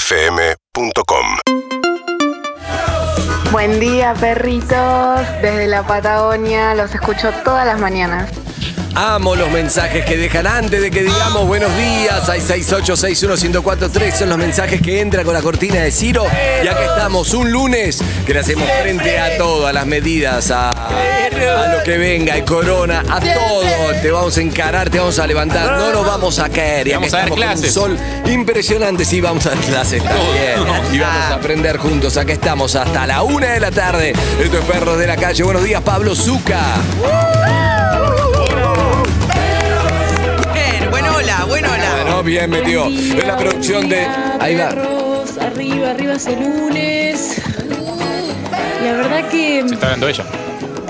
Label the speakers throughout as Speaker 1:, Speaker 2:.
Speaker 1: UrbanaPlayFM.com
Speaker 2: Buen día, perritos. Desde la Patagonia los escucho todas las mañanas.
Speaker 3: Amo los mensajes que dejan antes de que digamos buenos días. 668-61143 son los mensajes que entran con la cortina de Ciro. Y acá estamos un lunes que le hacemos frente a todo, a las medidas, a, a lo que venga, el corona, a todo. Te vamos a encarar, te vamos a levantar, no nos vamos a caer. Y acá
Speaker 4: Vamos a dar
Speaker 3: estamos con
Speaker 4: clases.
Speaker 3: Un sol impresionante. Sí, vamos a dar clases también. Y vamos a aprender juntos. Acá estamos hasta la una de la tarde. Esto es Perros de la Calle. Buenos días, Pablo Zuca.
Speaker 5: Bien, buen hola, buen hola.
Speaker 3: Bueno, bien metido. Es la producción de. Ahí va.
Speaker 6: Perros, arriba, arriba ese lunes. La verdad que
Speaker 4: Se está hablando ella.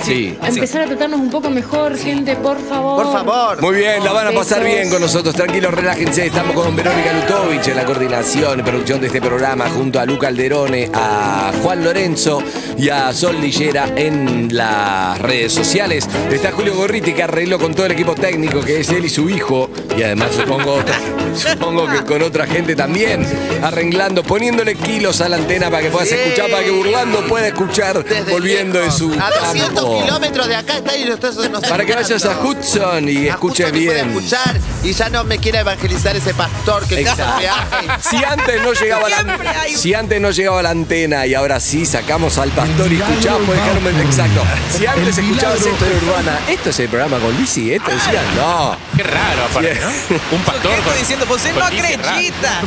Speaker 3: Sí.
Speaker 6: a empezar a tratarnos un poco mejor, gente, por favor.
Speaker 7: Por favor.
Speaker 3: Muy bien, la van a pasar
Speaker 6: Besos.
Speaker 3: bien con nosotros. Tranquilos, relájense. Estamos con Verónica Lutovich en la coordinación y producción de este programa, junto a Luca Alderone, a Juan Lorenzo y a Sol Lillera en las redes sociales. Está Julio Gorriti que arregló con todo el equipo técnico, que es él y su hijo. Y además, supongo, otra- supongo que con otra gente también, arreglando, poniéndole kilos a la antena para que puedas
Speaker 7: Sí.
Speaker 3: escuchar, para que burlando pueda escuchar
Speaker 7: Desde
Speaker 3: volviendo de
Speaker 7: lejos.
Speaker 3: su.
Speaker 7: A 200
Speaker 3: campo.
Speaker 7: kilómetros de acá está y lo estás, nos
Speaker 3: Para que vayas a Hudson y escuches bien.
Speaker 7: escuchar y ya no me quiera evangelizar ese pastor que
Speaker 3: Exacto.
Speaker 7: cada viaje.
Speaker 3: Si antes no llegaba
Speaker 5: Siempre
Speaker 3: la
Speaker 5: hay-
Speaker 3: si antes no llegaba la antena y ahora sí sacamos al pastor y escuchamos, puedes dejar un momento exacto. Si antes escuchabas esto de Urbana, esto es el programa con Lizzy, esto decían, no.
Speaker 4: Qué raro, aparte,
Speaker 3: Sí.
Speaker 4: ¿no? Un pastor.
Speaker 5: Estoy
Speaker 4: con-
Speaker 5: diciendo, pues, José, no
Speaker 4: con Lizzy, raro.
Speaker 5: acrechita.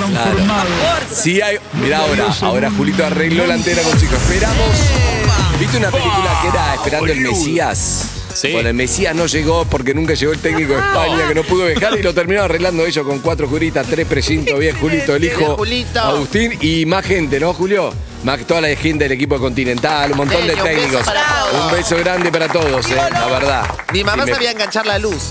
Speaker 3: Si hay. Mira ahora, ahora Julito arregló la antena con chicos. Esperamos. ¿Viste una película que era Esperando el Mesías?
Speaker 4: Sí.
Speaker 3: Bueno, el Mesías no llegó porque nunca llegó el técnico de España que no pudo viajar y lo terminaron arreglando ellos con cuatro juritas, tres precintos, bien Julito, el hijo
Speaker 7: Bien, Julito.
Speaker 3: Agustín y más gente, ¿no, Julio? Más toda la gente del equipo de Continental, un montón de
Speaker 7: Genio, un beso
Speaker 3: técnicos.
Speaker 7: para todos.
Speaker 3: Un beso grande para todos, eh, la verdad.
Speaker 7: Mi mamá
Speaker 3: Y me-
Speaker 7: sabía enganchar la luz.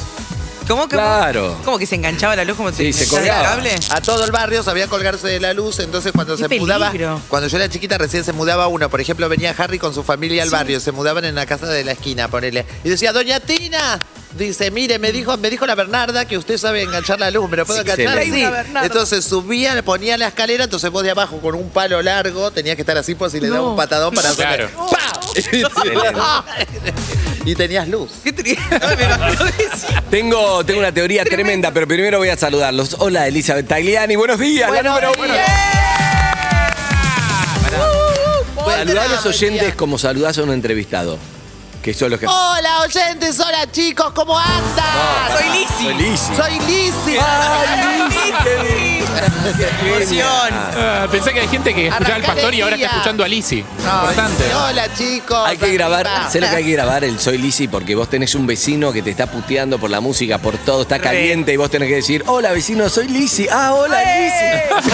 Speaker 5: ¿Cómo que,
Speaker 3: Claro.
Speaker 5: ¿Cómo que se enganchaba la luz? como
Speaker 3: Sí, se
Speaker 5: enganchaba
Speaker 3: colgaba. Ah.
Speaker 5: el cable?
Speaker 7: A todo el barrio sabía colgarse de la luz, entonces cuando
Speaker 5: ¡Qué
Speaker 7: se mudaba,
Speaker 5: peligro!
Speaker 7: cuando yo era chiquita recién se mudaba uno, por ejemplo venía Harry con su familia al barrio, se mudaban en la casa de la esquina, ponele, y decía, Doña Tina, dice, mire, me dijo, me dijo la Bernarda que usted sabe enganchar la luz, me lo puedo enganchar
Speaker 3: excelente.
Speaker 7: así.
Speaker 5: Reina Bernarda.
Speaker 7: Entonces subía, le ponía la escalera, entonces vos de abajo con un palo largo tenías que estar así por si le daba un patadón para hacerle
Speaker 4: Claro.
Speaker 7: ¡pa! y tenías luz.
Speaker 5: Qué triste. No, me imagino que sí.
Speaker 3: Tengo, tengo una teoría tremenda, pero primero voy a saludarlos. Hola, Elizabeth Tagliani, buenos días, la número uno.
Speaker 5: Uh,
Speaker 3: Saludar a los oyentes como saludás a un entrevistado. Que son los que.
Speaker 5: Oh,
Speaker 7: Hola oyentes, hola chicos, ¿cómo andan?
Speaker 5: Soy Lizzy.
Speaker 3: Soy Lizzy.
Speaker 7: Soy Lizzy.
Speaker 5: Lizzy. Emoción.
Speaker 4: Ah, pensé que hay gente que escuchaba al
Speaker 7: Arrancá
Speaker 4: pastor y ahora está
Speaker 7: alegría.
Speaker 4: escuchando a Lizzy.
Speaker 7: Ay,
Speaker 4: Importante.
Speaker 7: Hola chicos.
Speaker 3: Hay que grabar,
Speaker 7: Arriba.
Speaker 3: sé lo que hay que grabar el Soy Lisi porque vos tenés un vecino que te está puteando por la música, por todo, está caliente y vos tenés que decir, hola vecino, soy Lisi, ah, hola Lisi.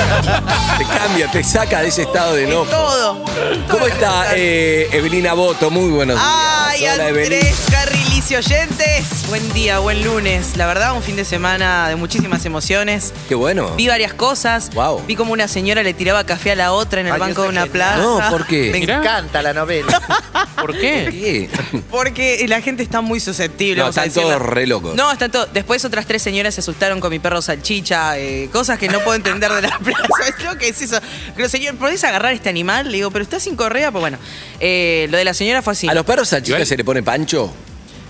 Speaker 3: te cambia, te saca de ese estado de enojo.
Speaker 5: Todo.
Speaker 3: ¿Cómo está eh, Evelina Boto? Muy buenos días.
Speaker 5: Ay,
Speaker 3: hola
Speaker 5: Andrés Carrilici oyentes. Buen día, buen lunes. La verdad, un fin de semana de muchísimas emociones.
Speaker 3: Qué bueno.
Speaker 5: Vi varias cosas.
Speaker 3: Guau.
Speaker 5: Vi como una señora le tiraba café a la otra en el
Speaker 7: Ay,
Speaker 5: banco de
Speaker 7: esa
Speaker 5: una
Speaker 7: gente.
Speaker 5: plaza.
Speaker 3: No, ¿por qué?
Speaker 5: Me
Speaker 7: Me encanta la novela.
Speaker 4: ¿Por qué?
Speaker 3: ¿Qué?
Speaker 5: Porque la gente está muy susceptible.
Speaker 3: No,
Speaker 5: vamos a
Speaker 3: están
Speaker 5: decirlo.
Speaker 3: todos re locos.
Speaker 5: No, están todos. Después otras tres señoras se asustaron con mi perro salchicha, eh, cosas que no puedo entender de la plaza. Es lo que es eso. Pero señor, ¿podés agarrar este animal? Le digo, pero está sin correa. Pues bueno, eh, lo de la señora fue así.
Speaker 3: ¿A los perros salchichas
Speaker 4: Igual-
Speaker 3: se le pone pancho?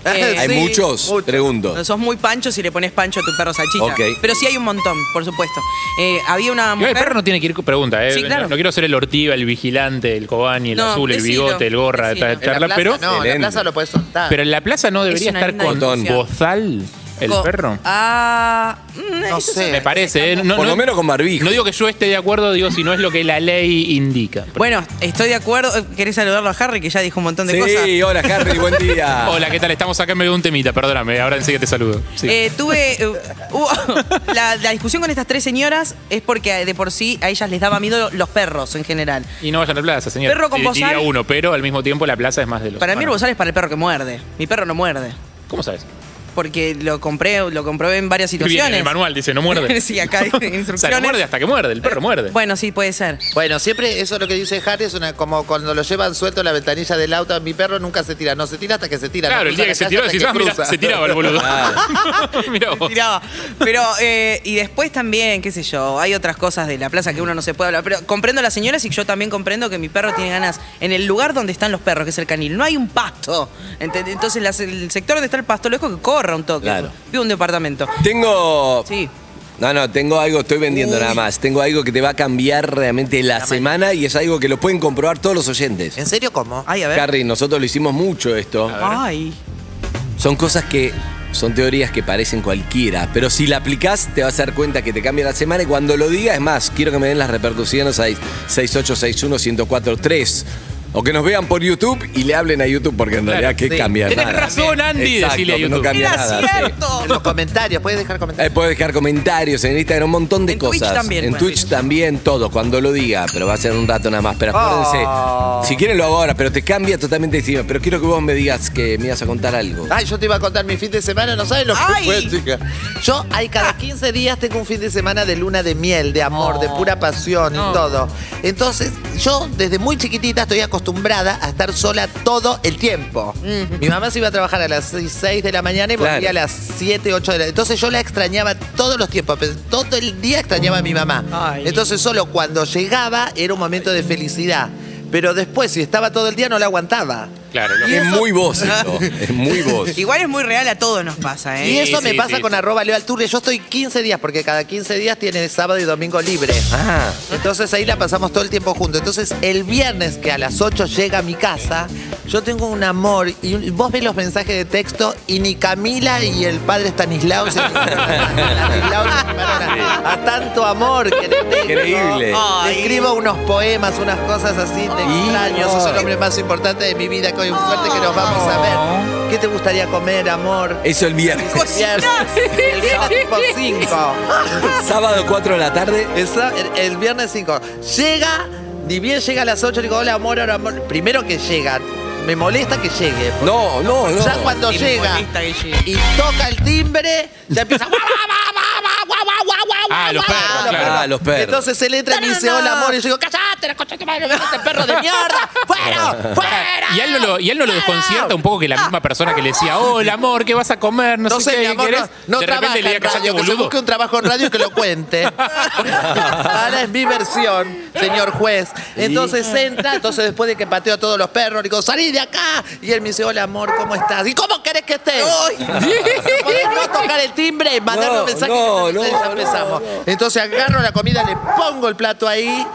Speaker 5: Eh,
Speaker 3: ¿Hay
Speaker 5: sí,
Speaker 3: muchos?
Speaker 7: muchos.
Speaker 3: Pregunto.
Speaker 5: No, Sos muy pancho si le pones pancho a tu perro salchicha.
Speaker 3: Ok.
Speaker 5: Pero sí hay un montón, por supuesto. Eh, había una
Speaker 4: Igual
Speaker 5: mujer...
Speaker 4: el perro no tiene que ir con pregunta, ¿eh?
Speaker 5: Sí, claro.
Speaker 4: no, no quiero ser el ortiva, el vigilante, el cobani, el
Speaker 5: No,
Speaker 4: azul, el
Speaker 5: decilo,
Speaker 4: bigote, el gorra de
Speaker 5: decilo.
Speaker 4: esta charla,
Speaker 7: en la plaza,
Speaker 4: pero,
Speaker 7: no, en
Speaker 3: Excelente.
Speaker 7: la plaza lo podés soltar.
Speaker 4: pero en la plaza no debería
Speaker 5: una
Speaker 4: estar
Speaker 5: linda
Speaker 4: con
Speaker 3: discusión.
Speaker 4: bozal el
Speaker 5: Co-
Speaker 4: perro.
Speaker 5: Ah, mm,
Speaker 7: No
Speaker 5: eso
Speaker 7: sé.
Speaker 5: sí.
Speaker 4: Me parece, ¿eh? No,
Speaker 3: Por
Speaker 4: no-
Speaker 3: lo menos con barbijo.
Speaker 4: No digo que yo esté de acuerdo, digo si no es lo que la ley indica.
Speaker 5: Bueno, estoy de acuerdo. Eh, ¿Querés saludarlo a Harry, que ya dijo un montón de cosas?
Speaker 3: sí, hola Harry, buen día.
Speaker 4: Hola, ¿qué tal? Estamos acá en medio de un temita, perdóname, ahora enseguida te saludo. Sí.
Speaker 5: Eh, tuve. eh, hubo- la, la discusión con estas tres señoras es porque de por sí a ellas les daba miedo los perros en general.
Speaker 4: y no vayan a la plaza, señor.
Speaker 5: Perro con
Speaker 4: Di- diría
Speaker 5: bozal.
Speaker 4: uno, pero al mismo tiempo la plaza es más de los.
Speaker 5: Para mí el
Speaker 4: humanos.
Speaker 5: bozal es para el perro que muerde. Mi perro no muerde.
Speaker 4: ¿Cómo sabes?
Speaker 5: porque lo compré, lo comprobé en varias
Speaker 4: Viene
Speaker 5: situaciones.
Speaker 4: en el manual dice, no muerde.
Speaker 5: sí, acá hay
Speaker 4: O sea, no
Speaker 5: instrucciones.
Speaker 4: muerde hasta que muerde, el perro muerde.
Speaker 5: bueno, sí, puede ser.
Speaker 7: Bueno, siempre eso es lo que dice Harry, es una, como cuando lo llevan suelto en la ventanilla del auto, mi perro nunca se tira, no se tira hasta que se tira.
Speaker 4: claro,
Speaker 7: no
Speaker 4: el
Speaker 7: cruza
Speaker 4: día que
Speaker 7: la
Speaker 4: se
Speaker 7: calle
Speaker 4: tiró,
Speaker 7: hasta
Speaker 4: decís,
Speaker 7: que
Speaker 4: ah, mirá, se
Speaker 7: cruza.
Speaker 4: tiraba el boludo. mirá vos.
Speaker 5: Tiraba. Pero, eh, y después también, qué sé yo, hay otras cosas de la plaza que uno no se puede hablar. Pero comprendo a las señoras y yo también comprendo que mi perro tiene ganas. En el lugar donde están los perros, que es el canil, no hay un pasto. Ente- Entonces, las- el sector donde está el pasto, lo dejo que corra un toque.
Speaker 3: Claro.
Speaker 5: Vivo un departamento.
Speaker 3: Tengo.
Speaker 5: Sí.
Speaker 3: No, no, tengo algo, estoy vendiendo nada más. Tengo algo que te va a cambiar realmente la, semana y es algo que lo pueden comprobar todos los oyentes.
Speaker 7: ¿En serio cómo?
Speaker 5: Ay, a ver.
Speaker 3: Carrie, nosotros lo hicimos mucho esto.
Speaker 5: Ay.
Speaker 3: Son cosas que son teorías que parecen cualquiera, pero si la aplicás te vas a dar cuenta que te cambia la semana y cuando lo digas, es más, quiero que me den las repercusiones a 6861-1043. O que nos vean por YouTube y le hablen a YouTube, porque en
Speaker 4: Claro,
Speaker 3: realidad, ¿qué
Speaker 7: sí.
Speaker 3: cambia
Speaker 4: Tenés
Speaker 3: nada?
Speaker 4: razón, Andy,
Speaker 3: Exacto,
Speaker 4: decirle a
Speaker 3: que No
Speaker 4: YouTube.
Speaker 3: cambia
Speaker 5: Era
Speaker 3: nada. sí.
Speaker 5: cierto.
Speaker 7: En los comentarios, puedes dejar
Speaker 3: Ahí
Speaker 7: comentarios.
Speaker 3: puedes Eh, dejar comentarios en Instagram, un montón de
Speaker 5: En Twitch
Speaker 3: cosas.
Speaker 5: también,
Speaker 3: en
Speaker 5: bueno.
Speaker 3: Twitch también, todo, cuando lo diga, pero va a ser un rato nada más. Pero acuérdense,
Speaker 7: Oh.
Speaker 3: si quieren lo hago ahora, pero te cambia totalmente encima. Pero quiero que vos me digas que me ibas a contar algo.
Speaker 7: Ay, yo te iba a contar mi fin de semana, no sabes lo que
Speaker 5: Ay.
Speaker 7: fue, chica. Yo, ay, cada 15 días tengo un fin de semana de luna de miel, de amor, de pura pasión y todo. Entonces, yo desde muy chiquitita estoy acostumbrada a estar sola todo el tiempo. Mi mamá se iba a trabajar a las 6, de la mañana y volvía
Speaker 3: Claro.
Speaker 7: a las 7, 8 de la Entonces yo la extrañaba todos los tiempos, pe- todo el día extrañaba a mi mamá.
Speaker 5: Ay.
Speaker 7: Entonces solo cuando llegaba era un momento de felicidad. Pero después, si estaba todo el día, no la aguantaba.
Speaker 4: Claro, lo-
Speaker 3: Es muy vos esto, es muy vos.
Speaker 5: Igual es muy real, a todos nos pasa, ¿eh?
Speaker 7: Y eso
Speaker 4: Sí,
Speaker 7: me
Speaker 4: sí,
Speaker 7: pasa
Speaker 4: sí,
Speaker 7: con
Speaker 4: sí.
Speaker 7: arroba Leo Alturria. Yo estoy 15 días, porque cada 15 días tiene sábado y domingo libre.
Speaker 3: Ah,
Speaker 7: Entonces ahí la pasamos todo el tiempo juntos. Entonces el viernes que a las 8 llega a mi casa, yo tengo un amor. Y un- vos ves los mensajes de texto y ni Camila y el padre Stanislao se Stanislao se animaron a, a tanto amor que le tengo.
Speaker 3: increíble.
Speaker 5: Ay.
Speaker 7: Le escribo unos poemas, unas cosas así, te extraño, sos el hombre más importante de mi vida, que hoy suerte que nos vamos a
Speaker 4: Oh.
Speaker 7: ver. ¿Qué te gustaría comer, amor?
Speaker 3: Eso el viernes.
Speaker 7: Viernes. El tipo 5.
Speaker 3: Sábado 4 de la tarde.
Speaker 7: El, el viernes 5. Llega, ni bien llega a las 8, digo, hola amor, hola amor. Primero que llega, me molesta que llegue.
Speaker 3: No, no, no.
Speaker 7: Ya cuando
Speaker 5: Y me
Speaker 7: llega
Speaker 5: molesta que llegue.
Speaker 7: y toca el timbre, ya empieza. "Guau, guau, guau, guau, guau, guau, guau,
Speaker 4: Ah, los
Speaker 7: guau".
Speaker 4: perros,
Speaker 7: Los
Speaker 4: claro.
Speaker 7: perros.
Speaker 3: Ah, los perros.
Speaker 7: Entonces él entra y me dice, hola amor. Y yo digo, callate, la concha de tu madre, me este perro de mierda. ¡Fuera! ¡Fuera!
Speaker 4: Y a él no lo, y a él no lo
Speaker 7: ¡Fuera!".
Speaker 4: desconcierta un poco que la misma persona que le decía, hola amor, ¿qué vas a comer? No,
Speaker 7: No
Speaker 4: sé
Speaker 7: sé,
Speaker 4: qué
Speaker 7: mi amor,
Speaker 4: querés.
Speaker 7: no, no
Speaker 4: de
Speaker 7: trabaja
Speaker 4: repente le diga
Speaker 7: en radio,
Speaker 4: callate
Speaker 7: que yo
Speaker 4: boludo.
Speaker 7: busque un trabajo en radio y que lo cuente. Ahora es mi versión, señor juez. Entonces entra, entonces después de que pateo a todos los perros, le digo, salí de acá. Y él me dice, hola amor, ¿cómo estás? ¿Y cómo querés que esté? Podés no tocar el timbre y mandar
Speaker 3: No,
Speaker 7: un mensaje.
Speaker 3: no,
Speaker 7: que nosotros
Speaker 3: no,
Speaker 7: ya empezamos.
Speaker 3: no, no.
Speaker 7: Entonces agarro la comida, le pongo el plato ahí.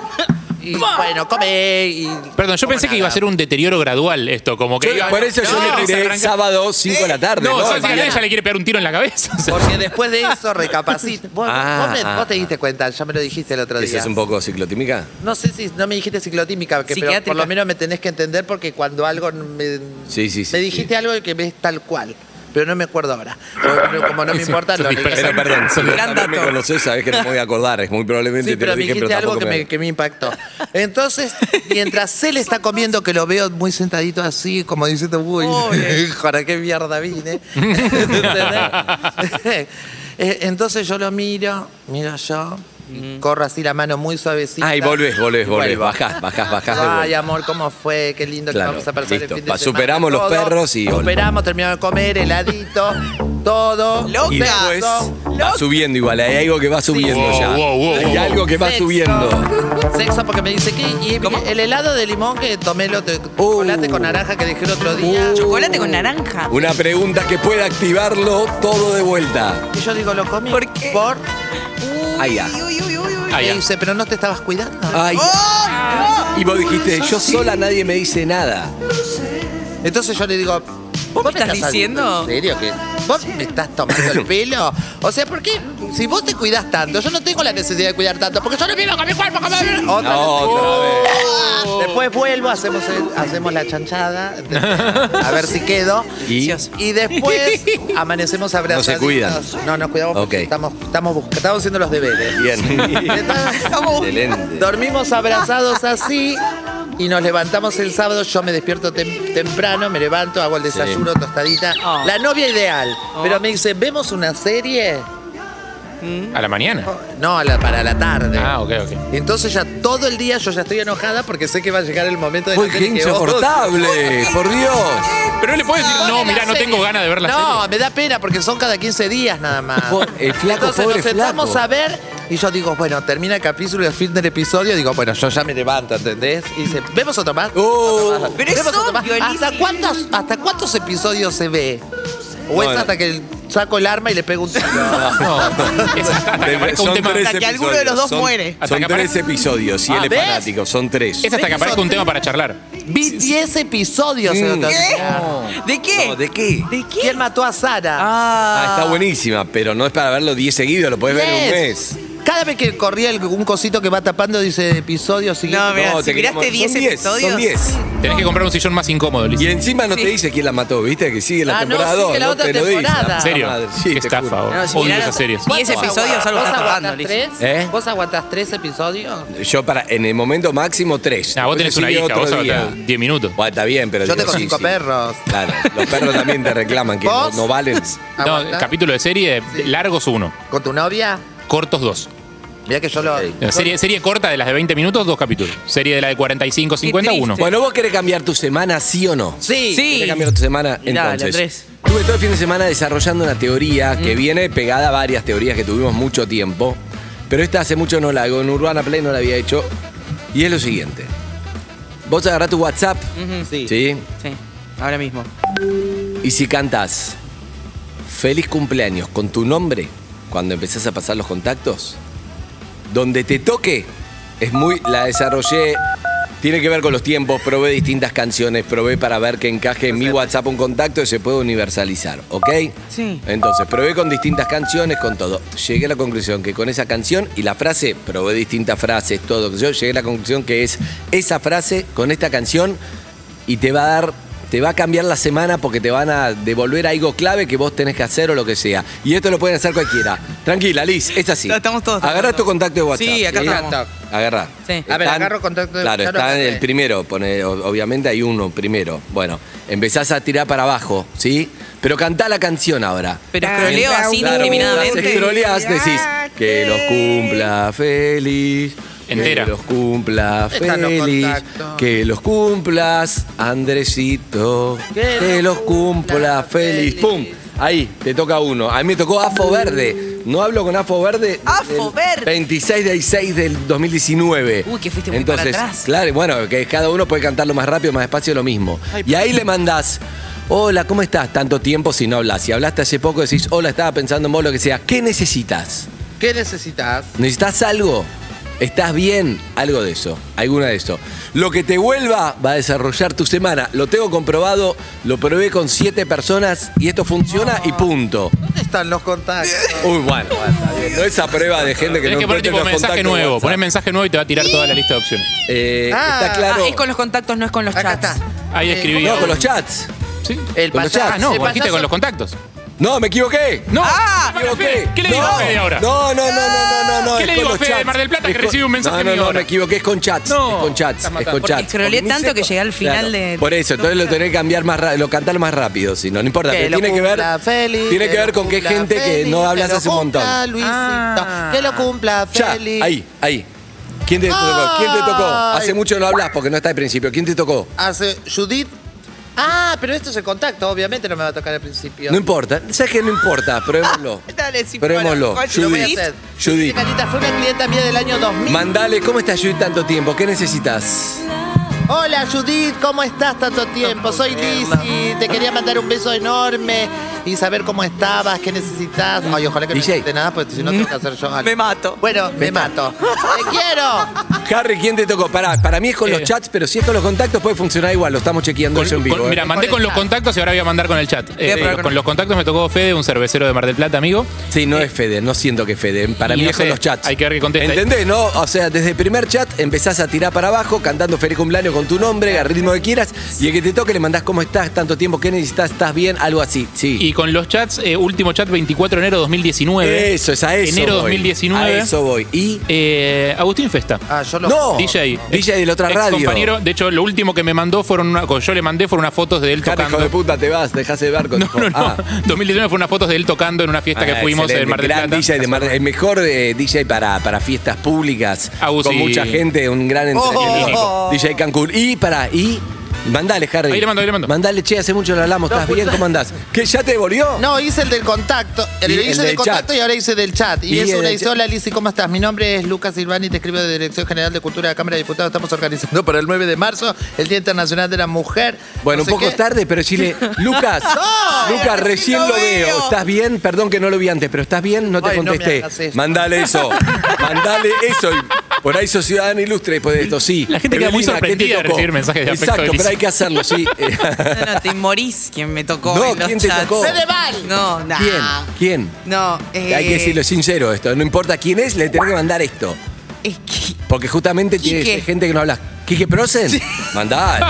Speaker 7: Y bueno, come y...
Speaker 4: Perdón, yo
Speaker 7: como
Speaker 4: pensé que iba a
Speaker 7: nada.
Speaker 4: ser un deterioro gradual esto, como que.
Speaker 3: Yo-
Speaker 4: iba-
Speaker 3: por eso yo
Speaker 4: no,
Speaker 3: le tiré
Speaker 4: arranca-
Speaker 3: sábado 5
Speaker 7: Eh,
Speaker 3: de la tarde.
Speaker 4: No,
Speaker 3: No,
Speaker 4: sabes que
Speaker 3: mañana.
Speaker 4: ella le quiere pegar un tiro en la cabeza. O sea,
Speaker 7: Porque después de eso recapacito. Vos,
Speaker 3: Ah,
Speaker 7: vos me-
Speaker 3: ah,
Speaker 7: vos te diste cuenta, ya me lo dijiste el otro
Speaker 3: ¿Que
Speaker 7: día.
Speaker 3: seas un poco ciclotímica?
Speaker 7: No sé si no me dijiste ciclotímica, que, pero
Speaker 5: Psiquiátrica.
Speaker 7: por lo menos me tenés que entender porque cuando algo me,
Speaker 3: Sí, sí, sí,
Speaker 7: me dijiste
Speaker 3: sí.
Speaker 7: algo que ves tal cual, pero no me acuerdo ahora. Porque como no me importa, lo
Speaker 4: Sos dispersa.
Speaker 7: leí.
Speaker 3: Pero perdón, si
Speaker 5: Gran
Speaker 3: no me
Speaker 5: dato.
Speaker 3: conoces, sabes que no me voy a acordar. Es muy probablemente
Speaker 7: Sí,
Speaker 3: te lo
Speaker 7: pero me
Speaker 3: dije, pero
Speaker 7: dijiste algo
Speaker 3: tampoco
Speaker 7: que me,
Speaker 3: me-
Speaker 7: que me impactó. Entonces, mientras él está comiendo, que lo veo muy sentadito así, como diciendo, uy,
Speaker 5: Pobre.
Speaker 7: para qué mierda vine. ¿Entendés? Eh, Entonces yo lo miro, miro yo, y corro así la mano muy suavecita.
Speaker 3: Ay, volvés, volvés,
Speaker 7: Y
Speaker 3: volvés.
Speaker 7: vuelvo.
Speaker 3: Bajás, bajás, bajás. de
Speaker 7: Ay,
Speaker 3: vuelta.
Speaker 7: amor, ¿cómo fue? Qué lindo
Speaker 3: Claro,
Speaker 7: que vamos a pasar el
Speaker 3: listo.
Speaker 7: fin de
Speaker 3: Pa-
Speaker 7: semana.
Speaker 3: superamos los
Speaker 7: Todo.
Speaker 3: perros y-
Speaker 7: Superamos, terminamos de comer, heladito, todo.
Speaker 5: Loca.
Speaker 3: Y después va subiendo igual. Hay algo que va subiendo
Speaker 4: Wow,
Speaker 3: ya.
Speaker 4: wow, wow,
Speaker 3: Hay
Speaker 4: wow.
Speaker 3: algo que va
Speaker 7: Sexo.
Speaker 3: subiendo.
Speaker 7: Sexo, porque me dice que y el helado de limón que tomé el otro,
Speaker 3: Uh.
Speaker 7: chocolate con naranja que dejé el otro día.
Speaker 5: Chocolate con naranja.
Speaker 3: Una pregunta que pueda activarlo todo de vuelta.
Speaker 7: Y yo digo, lo comí.
Speaker 5: ¿Por qué?
Speaker 7: Por-
Speaker 3: Ay, ah.
Speaker 5: Uy, uy, uy, uy.
Speaker 4: Ah,
Speaker 7: Me
Speaker 4: ya.
Speaker 7: dice, pero no te estabas cuidando.
Speaker 3: Ay. Y vos dijiste, yo sola nadie me dice nada.
Speaker 7: Entonces yo le digo, ¿vos
Speaker 5: me estás diciendo?
Speaker 7: ¿En serio que vos me estás tomando el pelo? O sea, ¿por qué? Si vos te cuidás tanto, yo no tengo la necesidad de cuidar tanto, porque yo no vivo con mi cuerpo, con mi... Otra
Speaker 3: No,
Speaker 7: vez. Ah.
Speaker 3: otra vez.
Speaker 7: Después vuelvo, hacemos, el- hacemos la chanchada, a ver si quedo.
Speaker 3: Y
Speaker 7: Y después amanecemos abrazados.
Speaker 3: No se cuidan.
Speaker 7: No, nos cuidamos porque
Speaker 3: Ok.
Speaker 7: estamos, estamos, busc- estamos haciendo los deberes.
Speaker 3: bien.
Speaker 7: Entonces,
Speaker 3: Excelente.
Speaker 7: Dormimos abrazados así. y nos levantamos el sábado. Yo me despierto tem- temprano, me levanto, hago el desayuno, tostadita.
Speaker 5: Oh.
Speaker 7: La novia ideal. Pero me dice, ¿vemos una serie?
Speaker 4: ¿A la mañana?
Speaker 7: No, a la- para la tarde.
Speaker 4: Ah, ok, ok.
Speaker 7: Entonces ya todo el día yo ya estoy enojada porque sé que va a llegar el momento de la
Speaker 3: Uy, qué
Speaker 7: serie que vos-
Speaker 3: insoportable, por Dios.
Speaker 4: Pero no le puedo decir, no,
Speaker 7: de la
Speaker 4: mirá, no
Speaker 7: serie.
Speaker 4: tengo ganas de ver la
Speaker 7: No,
Speaker 4: serie.
Speaker 7: me da pena porque son cada 15 días nada más.
Speaker 3: Po- el flaco,
Speaker 7: Entonces
Speaker 3: pobre
Speaker 7: nos sentamos
Speaker 3: flaco.
Speaker 7: a ver y yo digo, bueno, termina el capítulo y el fin del episodio. Digo, bueno, yo ya me levanto, ¿entendés? Y dice, ¿vemos otro más?
Speaker 3: Oh.
Speaker 7: ¿Otro más?
Speaker 5: Pero es
Speaker 7: ¿Vemos otro más?
Speaker 5: obvio,
Speaker 7: ¿Hasta
Speaker 5: Elise.
Speaker 7: cuántos, ¿Hasta cuántos episodios se ve? ¿O es
Speaker 3: Bueno.
Speaker 7: hasta que saco el arma y le pego un tiro?
Speaker 4: No, es Oh. hasta que aparezca un
Speaker 3: Son
Speaker 4: tema.
Speaker 3: tres
Speaker 5: Hasta que alguno de los dos
Speaker 3: episodios, son-
Speaker 5: muere.
Speaker 4: Hasta
Speaker 3: Son
Speaker 4: que
Speaker 3: tres
Speaker 4: aparezca-
Speaker 3: episodios, y
Speaker 7: Ah,
Speaker 3: él es
Speaker 7: ¿ves?
Speaker 3: fanático, son tres.
Speaker 4: Es hasta que aparezca un tema para charlar.
Speaker 7: Vi 10 episodios
Speaker 3: Mm.
Speaker 7: el otro día.
Speaker 5: ¿De qué?
Speaker 3: No, ¿De qué?
Speaker 5: ¿De qué?
Speaker 7: ¿Quién mató a Sara?
Speaker 5: Ah,
Speaker 3: Ah, está buenísima, pero no es para verlo 10 seguidos, lo podés ver en un
Speaker 7: Yes.
Speaker 3: mes.
Speaker 7: Cada vez que corría el- un cosito que va tapando dice episodio siguiente.
Speaker 5: No, mirá,
Speaker 3: No,
Speaker 5: si
Speaker 3: te
Speaker 5: miraste
Speaker 3: queremos-
Speaker 5: 10
Speaker 3: son 10,
Speaker 5: episodios.
Speaker 3: Son 10.
Speaker 4: Tenés que comprar un sillón más incómodo,
Speaker 3: Y
Speaker 4: Liz.
Speaker 3: encima no te dice quién la mató, ¿viste? Que sigue la
Speaker 7: Ah, no,
Speaker 3: temporada
Speaker 7: sigue
Speaker 3: 2.
Speaker 7: la
Speaker 3: no
Speaker 7: otra
Speaker 3: te lo dice.
Speaker 7: temporada.
Speaker 3: La
Speaker 4: ¿En serio?
Speaker 3: madre, sí,
Speaker 4: Qué
Speaker 3: te juro.
Speaker 4: estafa, vos.
Speaker 5: No, si
Speaker 4: Odio
Speaker 5: mirás-
Speaker 4: esas series.
Speaker 5: ¿Cuál? 10 episodios, algo
Speaker 7: ¿Vos
Speaker 5: estás
Speaker 7: aguantás
Speaker 5: tapando, Liz.
Speaker 7: tres?
Speaker 3: ¿Eh?
Speaker 7: ¿Vos aguantás tres episodios?
Speaker 3: Yo para, en el momento máximo tres.
Speaker 4: Nah, Ah, vos tenés
Speaker 3: Después
Speaker 4: una
Speaker 3: sigue
Speaker 4: hija,
Speaker 3: otro
Speaker 4: vos
Speaker 3: día.
Speaker 4: aguantás 10 minutos.
Speaker 3: Bueno, está bien, pero
Speaker 7: Yo
Speaker 3: digo,
Speaker 7: tengo
Speaker 3: sí,
Speaker 7: cinco
Speaker 3: sí.
Speaker 7: perros.
Speaker 3: Claro, los perros también te reclaman que no,
Speaker 7: ¿Vos?
Speaker 3: no valen.
Speaker 4: No,
Speaker 7: ¿Aguantás?
Speaker 4: capítulo de serie, largos uno,
Speaker 7: ¿Con tu novia?
Speaker 4: cortos dos.
Speaker 7: Mirá que yo lo...
Speaker 4: Eh, Serie, serie corta de las de 20 minutos, dos capítulos. Serie de la de 45, 50,
Speaker 5: triste.
Speaker 4: uno.
Speaker 3: Bueno, vos querés cambiar tu semana, sí o no.
Speaker 7: Sí.
Speaker 5: Sí.
Speaker 3: ¿Querés cambiar tu semana?
Speaker 5: Y dale,
Speaker 3: Entonces.
Speaker 5: Andrés.
Speaker 3: Estuve todo el fin de semana desarrollando una teoría
Speaker 7: Mm.
Speaker 3: que viene pegada a varias teorías que tuvimos mucho tiempo. Pero esta hace mucho no la hago. En Urbana Play no la había hecho. Y es lo siguiente. Vos agarrás tu WhatsApp,
Speaker 5: Ujú.
Speaker 7: Sí.
Speaker 3: ¿sí?
Speaker 5: Sí, ahora mismo.
Speaker 3: Y si cantás feliz cumpleaños con tu nombre cuando empezás a pasar los contactos, donde te toque, es muy. La desarrollé. Tiene que ver con los tiempos, probé distintas canciones, probé para ver que encaje en mi WhatsApp un contacto y se puede universalizar, ¿ok?
Speaker 5: Sí.
Speaker 3: Entonces, probé con distintas canciones, con todo. Llegué a la conclusión que con esa canción y la frase, probé distintas frases, todo. Yo llegué a la conclusión que es esa frase con esta canción y te va a dar, te va a cambiar la semana porque te van a devolver algo clave que vos tenés que hacer o lo que sea. Y esto lo pueden hacer cualquiera. Tranquila, Liz, es así.
Speaker 5: No, estamos todos
Speaker 3: Agarrá
Speaker 5: tratando.
Speaker 3: tu contacto de WhatsApp.
Speaker 5: Sí, acá estamos.
Speaker 3: Agarrá. Eh,
Speaker 5: Sí. A ver,
Speaker 3: Están-
Speaker 7: agarro contacto de
Speaker 3: Claro,
Speaker 7: WhatsApp,
Speaker 3: está
Speaker 7: lo
Speaker 3: el
Speaker 7: agarré.
Speaker 3: primero, pone- o- obviamente hay uno primero. Bueno, empezás a tirar para abajo, ¿sí? Pero cantá la canción ahora.
Speaker 5: Pero escroleo
Speaker 3: Mientras-
Speaker 5: así
Speaker 3: claro, mientras
Speaker 5: indiscriminadamente.
Speaker 3: escroleás, decís que los cumpla feliz.
Speaker 4: Entera.
Speaker 3: Que los cumpla
Speaker 7: Están los
Speaker 3: feliz.
Speaker 7: contactos.
Speaker 3: Que los cumplas, Andresito. Que, los cumpla feliz. ¡Pum! Ahí, te toca uno. A mí me tocó AFO Verde. No hablo con AFO Verde. del
Speaker 5: Afo Verde.
Speaker 3: 26 del 6 del 2019.
Speaker 5: Uy, que fuiste muy para
Speaker 3: Entonces,
Speaker 5: atrás.
Speaker 3: Claro, bueno, que cada uno puede cantarlo más rápido, más despacio, lo mismo. Y ahí le mandás. Hola, ¿cómo estás? Tanto tiempo si no hablas. Si hablaste hace poco, decís, hola, estaba pensando en vos, lo que sea. ¿Qué necesitas?
Speaker 7: ¿Qué necesitas?
Speaker 3: ¿Necesitas algo? ¿Estás bien? Algo de eso, alguna de eso. Lo que te vuelva va a desarrollar tu semana. Lo tengo comprobado, lo probé con siete personas y esto funciona y punto.
Speaker 7: ¿Dónde están los contactos?
Speaker 3: Uy, bueno, bueno, está bien. no esa prueba de gente que
Speaker 4: Tenés
Speaker 3: no
Speaker 4: que poner
Speaker 3: encuentra
Speaker 4: tipo
Speaker 3: los
Speaker 4: mensaje
Speaker 3: contactos de
Speaker 4: nuevo.
Speaker 3: WhatsApp.
Speaker 4: Ponés mensaje nuevo y te va a tirar toda la lista de opciones.
Speaker 3: Eh,
Speaker 7: Ah,
Speaker 3: está claro.
Speaker 5: Ah, es con los contactos, no es con los
Speaker 7: Acá
Speaker 5: chats.
Speaker 7: está.
Speaker 4: Ahí escribí.
Speaker 3: Eh, No, con los Eh, chats.
Speaker 4: Sí.
Speaker 7: El
Speaker 3: Con los
Speaker 7: payaso.
Speaker 3: chats.
Speaker 4: Ah, no,
Speaker 7: el
Speaker 4: vos dijiste
Speaker 7: payaso-
Speaker 4: con los contactos.
Speaker 3: No, me equivoqué.
Speaker 4: No,
Speaker 5: Ah,
Speaker 3: Me equivoqué.
Speaker 4: ¿qué le digo
Speaker 3: no,
Speaker 4: a Fede ahora?
Speaker 3: No, no, no, no, no, no, no.
Speaker 4: ¿Qué
Speaker 3: es
Speaker 4: le
Speaker 3: con
Speaker 4: digo a
Speaker 3: los
Speaker 4: Fede de
Speaker 3: chats.
Speaker 4: Mar del Plata
Speaker 3: Es
Speaker 4: que
Speaker 3: con-
Speaker 4: recibe un mensaje
Speaker 3: No, no,
Speaker 4: mío
Speaker 3: no,
Speaker 4: ahora?
Speaker 3: me equivoqué, es con chats.
Speaker 4: No,
Speaker 3: es con chats,
Speaker 4: estás
Speaker 3: es
Speaker 4: matando.
Speaker 3: con chats.
Speaker 5: escroleé
Speaker 3: Porque
Speaker 5: tanto
Speaker 3: ni sé
Speaker 5: que
Speaker 3: co-
Speaker 5: llegué al final de-
Speaker 3: Por eso, entonces lo tenés que cambiar más rápido, lo cantar más rápido, si no, no importa.
Speaker 7: Que
Speaker 3: pero
Speaker 7: lo
Speaker 3: tiene que ver,
Speaker 7: cumpla feliz,
Speaker 3: tiene que ver con qué
Speaker 7: lo cumpla
Speaker 3: gente que
Speaker 7: feliz,
Speaker 3: no hablas
Speaker 7: lo
Speaker 3: hace un montón.
Speaker 7: cumpla Luisito,
Speaker 5: Ah.
Speaker 7: Que lo cumpla
Speaker 3: Ya,
Speaker 7: feliz.
Speaker 3: ahí, ahí. ¿Quién te tocó? ¿Quién te tocó? Hace
Speaker 7: Ay.
Speaker 3: mucho no hablas porque no está al principio. ¿Quién te tocó?
Speaker 7: Hace Judith. Ah, pero esto es el contacto, obviamente no me va a tocar al principio.
Speaker 3: No importa. ¿Sabes qué? No importa. Probémoslo.
Speaker 5: Dale, si
Speaker 3: Probémoslo.
Speaker 5: para-
Speaker 7: Lo voy a
Speaker 3: Judith.
Speaker 7: hacer.
Speaker 3: Judith.
Speaker 7: Carita, fue una clienta mía del año 2000.
Speaker 3: Mandale, ¿cómo estás, Judith, tanto tiempo? ¿Qué necesitas?
Speaker 7: Hola Judith, ¿cómo estás tanto tiempo? Soy Liz y te quería mandar un beso enorme y saber cómo estabas, qué necesitas. Ay, ojalá que no
Speaker 3: DJ.
Speaker 7: necesite nada, porque si no tengo que hacer yo algo.
Speaker 5: Me mato.
Speaker 7: Bueno, me mato. ¡Te quiero!
Speaker 3: Harry, ¿quién te tocó? Pará, para mí es con los
Speaker 4: Eh.
Speaker 3: chats, pero si es con los contactos puede funcionar igual. Lo estamos chequeando
Speaker 4: Con-
Speaker 3: eso en
Speaker 4: con-
Speaker 3: vivo. ¿eh?
Speaker 4: mira, mandé
Speaker 7: Con
Speaker 4: con
Speaker 7: el
Speaker 4: los
Speaker 7: chat.
Speaker 4: contactos y ahora voy a mandar con el chat. Eh,
Speaker 5: a probar
Speaker 4: eh,
Speaker 5: con
Speaker 4: con
Speaker 5: el-
Speaker 4: los contactos me tocó Fede, un cervecero de Mar del Plata, amigo.
Speaker 3: Sí, no es Fede, no siento que Fede. Para
Speaker 4: Y
Speaker 3: mí
Speaker 4: eh, no
Speaker 3: es con
Speaker 4: sé,
Speaker 3: los chats.
Speaker 4: hay que ver qué contesta.
Speaker 3: ¿Entendés, no? O sea, desde el primer chat empezás a tirar para abajo, cantando feliz cumpleaños con tu nombre, al ritmo que quieras, y el que te toque le mandás cómo estás, tanto tiempo, qué necesitas, estás bien, algo así. Sí.
Speaker 4: Y con los chats, eh, último chat 24 de enero 2019.
Speaker 3: eso, es a eso.
Speaker 4: Enero
Speaker 3: voy.
Speaker 4: 2019.
Speaker 3: A eso voy. Y
Speaker 4: Eh, Agustín Festa.
Speaker 7: Ah, yo lo
Speaker 3: No.
Speaker 4: DJ.
Speaker 3: DJ de la otra
Speaker 4: Ex
Speaker 3: radio.
Speaker 4: compañero. De hecho, lo último que me mandó fueron una, co- yo le mandé fueron unas fotos de él
Speaker 3: Harry, hijo
Speaker 4: tocando.
Speaker 3: de puta, te vas, dejás de barco.
Speaker 4: No,
Speaker 3: dijo.
Speaker 4: no, no.
Speaker 3: Ah.
Speaker 4: 2019 fueron unas fotos de él tocando en una fiesta que
Speaker 3: Ah,
Speaker 4: fuimos en
Speaker 3: excelente.
Speaker 4: Mar del
Speaker 3: Gran
Speaker 4: Plata.
Speaker 3: DJ de Mar- el mejor eh, DJ para, para fiestas públicas.
Speaker 4: Agus
Speaker 3: con
Speaker 4: y-
Speaker 3: mucha gente, un gran entretenimiento.
Speaker 7: Oh.
Speaker 3: DJ Cancún. Y para, y. Mandale, Harry.
Speaker 4: Ahí le mando, ahí le mando.
Speaker 3: Mandale, che, hace mucho no hablamos.
Speaker 7: No,
Speaker 3: ¿Estás
Speaker 7: pues-
Speaker 3: bien? ¿Cómo andás? ¿Que ya te devolvió?
Speaker 7: No, hice el del contacto.
Speaker 3: Y
Speaker 7: El,
Speaker 3: el
Speaker 7: hice
Speaker 3: del
Speaker 7: del contacto
Speaker 3: chat.
Speaker 7: y ahora hice del chat. Y,
Speaker 3: Y
Speaker 7: es
Speaker 3: el
Speaker 7: una
Speaker 3: del
Speaker 7: dice,
Speaker 3: chat.
Speaker 7: hola Lizzy, ¿cómo estás? Mi nombre es Lucas Silvani, te escribo de Dirección General de Cultura de la Cámara de Diputados. Estamos organizando para el 9 de marzo el Día Internacional de la Mujer.
Speaker 3: Bueno,
Speaker 7: No
Speaker 3: un
Speaker 7: sé
Speaker 3: poco
Speaker 7: qué.
Speaker 3: tarde, pero Chile. Lucas,
Speaker 7: No,
Speaker 3: Lucas, recién lo veo.
Speaker 7: veo.
Speaker 3: ¿Estás bien? Perdón que no lo vi antes, pero ¿estás bien? No te
Speaker 7: Ay, no me
Speaker 3: contesté.
Speaker 7: hagas eso.
Speaker 3: Mandale eso. Mandale eso. Y por ahí sos ciudadana ilustre después de esto, sí.
Speaker 4: La gente
Speaker 3: Pero,
Speaker 4: queda muy
Speaker 3: Elina, ¿qué te
Speaker 4: sorprendida de
Speaker 3: tocó?
Speaker 4: recibir mensajes de afecto
Speaker 3: Exacto,
Speaker 4: de
Speaker 3: pero
Speaker 4: Lisa.
Speaker 3: hay que hacerlo, sí.
Speaker 5: No, no, te morís quien me tocó.
Speaker 3: No,
Speaker 5: en los
Speaker 3: ¿quién te
Speaker 5: chats.
Speaker 3: tocó?
Speaker 7: ¡Fedeval!
Speaker 5: No, nah.
Speaker 3: ¿Quién? ¿Quién?
Speaker 5: No, eh,
Speaker 3: Hay que decirlo es sincero esto. No importa quién es, le tenés que mandar esto.
Speaker 5: Es que.
Speaker 3: Porque justamente
Speaker 5: Quique.
Speaker 3: tiene gente que no habla. ¿Quique Prosen? Mandale.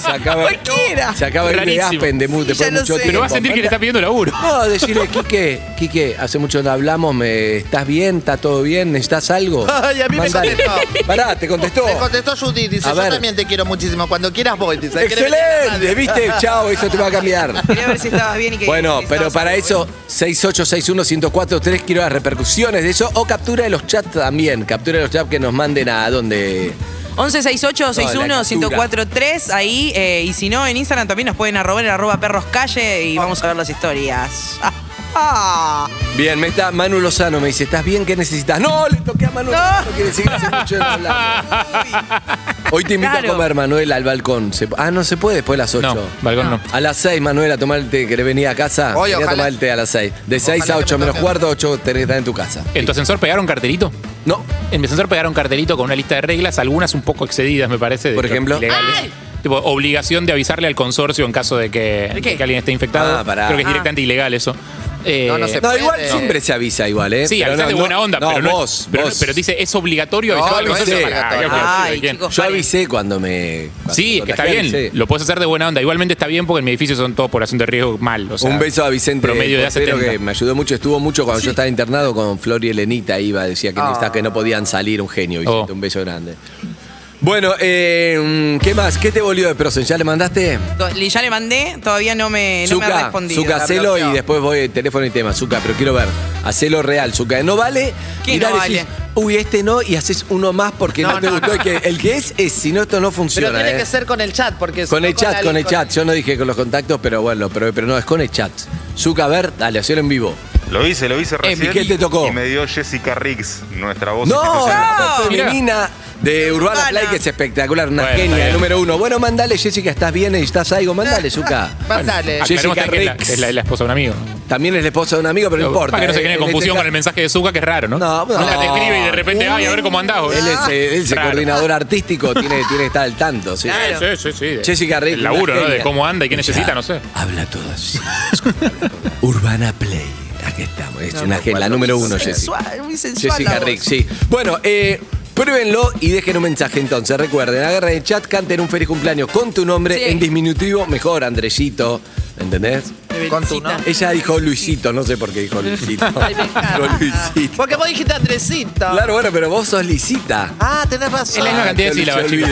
Speaker 3: Se acaba,
Speaker 5: Cualquiera.
Speaker 3: se acaba de ir de
Speaker 4: Rarísimo.
Speaker 3: Aspen de, mu-
Speaker 5: Sí,
Speaker 3: después
Speaker 5: ya
Speaker 3: de
Speaker 5: lo
Speaker 3: mucho
Speaker 5: sé.
Speaker 3: tiempo.
Speaker 4: Pero va a sentir que le está pidiendo laburo.
Speaker 3: No, decirle, Quique, Quique, hace mucho no hablamos, me, ¿estás bien? ¿Está todo bien? ¿Necesitas algo?
Speaker 7: Ay, a mí me
Speaker 3: Mandale.
Speaker 7: contestó.
Speaker 3: Pará, te contestó.
Speaker 7: Me contestó Judy, dice,
Speaker 3: A
Speaker 7: yo
Speaker 3: ver.
Speaker 7: también te quiero muchísimo. Cuando quieras voy, dice. "Quiere venir a la radio".
Speaker 3: Excelente, ¿viste? Chao, eso te va a cambiar.
Speaker 5: Quería ver si estabas bien y que.
Speaker 3: Bueno,
Speaker 5: que
Speaker 3: pero
Speaker 5: estabas
Speaker 3: para
Speaker 5: seguro.
Speaker 3: eso, 6861-1043, quiero las repercusiones de eso. O captura de los chats también. Captura de los chats que nos manden a donde.
Speaker 5: 1168-61-1043, ahí, eh, y si no, en Instagram también nos pueden arrobar en arroba perroscalle y vamos a ver las historias. Ah, ah.
Speaker 3: Bien, me está Manu Lozano, me dice, ¿estás bien? ¿Qué necesitas? No, le toqué a Manu Lozano, quiere decir que hace mucho no hablamos. Hoy te invito
Speaker 5: Claro.
Speaker 3: a comer, Manuel, al balcón. Se- ah, no se puede después de las 8.
Speaker 4: No, balcón no.
Speaker 3: A las 6, Manuel, a tomar el té. ¿Querés venir a casa?
Speaker 7: Oye,
Speaker 3: Vení a
Speaker 7: ojalá-
Speaker 3: tomar el té a las 6. De 6
Speaker 7: Ojalá
Speaker 3: a
Speaker 7: que
Speaker 3: 8
Speaker 7: me
Speaker 3: menos
Speaker 7: toque.
Speaker 3: cuarto, 8 tenés que estar en tu casa.
Speaker 4: ¿En tu ascensor pegaron cartelito?
Speaker 3: No,
Speaker 4: En mi ascensor pegaron cartelito con una lista de reglas, algunas un poco excedidas, me parece. de
Speaker 3: Por
Speaker 4: hecho,
Speaker 3: ejemplo.
Speaker 4: ilegales. Tipo, obligación de avisarle al consorcio en caso de que,
Speaker 5: ¿De qué?
Speaker 4: de que alguien esté infectado.
Speaker 3: Ah, pará.
Speaker 4: Creo que es directamente ilegal eso. Eh,
Speaker 7: No, no se
Speaker 3: No,
Speaker 7: puede.
Speaker 3: igual siempre se avisa igual, ¿eh?
Speaker 4: Sí,
Speaker 3: Pero
Speaker 4: avisás
Speaker 3: no,
Speaker 4: de
Speaker 3: no-
Speaker 4: buena onda,
Speaker 3: no,
Speaker 4: pero no.
Speaker 3: vos,
Speaker 4: pero,
Speaker 3: vos.
Speaker 4: pero dice, es obligatorio
Speaker 7: No,
Speaker 4: avisar al
Speaker 7: no es
Speaker 4: consorcio.
Speaker 7: obligatorio.
Speaker 4: Ah,
Speaker 5: Ay,
Speaker 4: ¿de quién?
Speaker 5: chicos.
Speaker 3: Yo avisé cuando me. cuando
Speaker 4: Sí,
Speaker 3: me
Speaker 4: que está
Speaker 3: contagié,
Speaker 4: bien.
Speaker 3: avisé.
Speaker 4: Lo puedes hacer de buena onda. Igualmente está bien porque en mi edificio son todos población de riesgo mal. o sea,
Speaker 3: un beso a Vicente
Speaker 4: Promedio de
Speaker 3: Costero, que
Speaker 4: 70.
Speaker 3: me ayudó mucho, estuvo mucho cuando yo estaba internado con Flor y Elenita, iba, decía que,
Speaker 7: Ah.
Speaker 3: no, está- que no podían salir, un genio, Vicente,
Speaker 4: Oh.
Speaker 3: un beso grande. Bueno, eh, ¿qué más? ¿Qué te volvió de Prosen? ¿Ya le mandaste?
Speaker 5: To- le- Ya le mandé, todavía no me, Eh, no me ha
Speaker 3: Zuka,
Speaker 5: respondido.
Speaker 3: Zuka,
Speaker 5: La
Speaker 3: hacelo
Speaker 5: bloqueó.
Speaker 3: y después voy teléfono y tema. Zuka, pero quiero ver. Hacelo real, Zuka. No vale.
Speaker 5: ¿Qué
Speaker 3: mirá,
Speaker 5: no
Speaker 3: decís,
Speaker 5: vale?
Speaker 3: Uy, este no, y haces uno más porque no,
Speaker 7: No,
Speaker 3: te
Speaker 7: no,
Speaker 3: gustó.
Speaker 7: no.
Speaker 3: y que el que es, es. Si no, esto no
Speaker 7: Pero
Speaker 3: funciona.
Speaker 7: tiene
Speaker 3: eh.
Speaker 7: que ser con el chat, porque... si
Speaker 3: Con
Speaker 7: no
Speaker 3: el chat,
Speaker 7: la-
Speaker 3: con el chat. Yo no dije con los contactos, pero bueno, pero, pero no, es con el chat. Zuka, a ver, dale, hacelo en vivo.
Speaker 8: Lo hice, lo hice
Speaker 3: Emi,
Speaker 8: recién.
Speaker 3: Eh, ¿qué te tocó?
Speaker 8: Y me dio Jessica Riggs, nuestra voz.
Speaker 3: ¡No!
Speaker 8: institucional.
Speaker 3: La femenina de Urbana
Speaker 5: Urbana.
Speaker 3: Play, que es espectacular, una
Speaker 4: Bueno, está
Speaker 3: genia,
Speaker 4: bien.
Speaker 3: número uno. Bueno, mandale, Jessica, ¿estás bien? ¿Estás algo? Mandale, Zuka.
Speaker 7: Pasale.
Speaker 4: aclaremos
Speaker 3: Jessica
Speaker 4: también que es la-
Speaker 3: Riggs.
Speaker 4: Es la, es la esposa de un amigo.
Speaker 3: También es la esposa de un amigo, pero no importa.
Speaker 4: Para que no se
Speaker 3: eh,
Speaker 4: genere
Speaker 3: en este
Speaker 4: confusión con el
Speaker 3: caso-
Speaker 4: mensaje de Zuka, que es raro, ¿no?
Speaker 3: No, no.
Speaker 4: Nunca te escribe y de repente, ay, a ver cómo andás, boludo.
Speaker 3: Él es, eh, él es el
Speaker 4: Raro.
Speaker 3: coordinador artístico, tiene, tiene que estar al tanto. ¿sí?
Speaker 5: Claro.
Speaker 4: Sí, sí, sí. de-
Speaker 3: Jessica Riggs.
Speaker 4: El laburo,
Speaker 3: una
Speaker 4: ¿no? De
Speaker 3: genia.
Speaker 4: cómo anda y qué necesita, no sé.
Speaker 3: Habla todo así. Urbana Play. Aquí estamos. Es
Speaker 5: No,
Speaker 3: una
Speaker 5: no,
Speaker 3: genia, la
Speaker 5: bueno,
Speaker 3: número uno, Jessica.
Speaker 5: Sensual, muy sensual.
Speaker 3: Jessica
Speaker 5: la voz.
Speaker 3: Rick, sí. Bueno, eh, pruébenlo y dejen un mensaje entonces. Recuerden, agarren el chat, canten un feliz cumpleaños con tu nombre
Speaker 5: Sí.
Speaker 3: en disminutivo, mejor Andresito, ¿entendés?
Speaker 7: Con tu, ¿no?
Speaker 3: Ella dijo Luisito, no sé por qué dijo Luisito. Dijo Luisito.
Speaker 7: Porque vos dijiste Andresito.
Speaker 3: Claro, bueno, pero vos sos lisita.
Speaker 7: Ah, tenés razón.
Speaker 4: Es la misma cantidad de sílabas, chicos.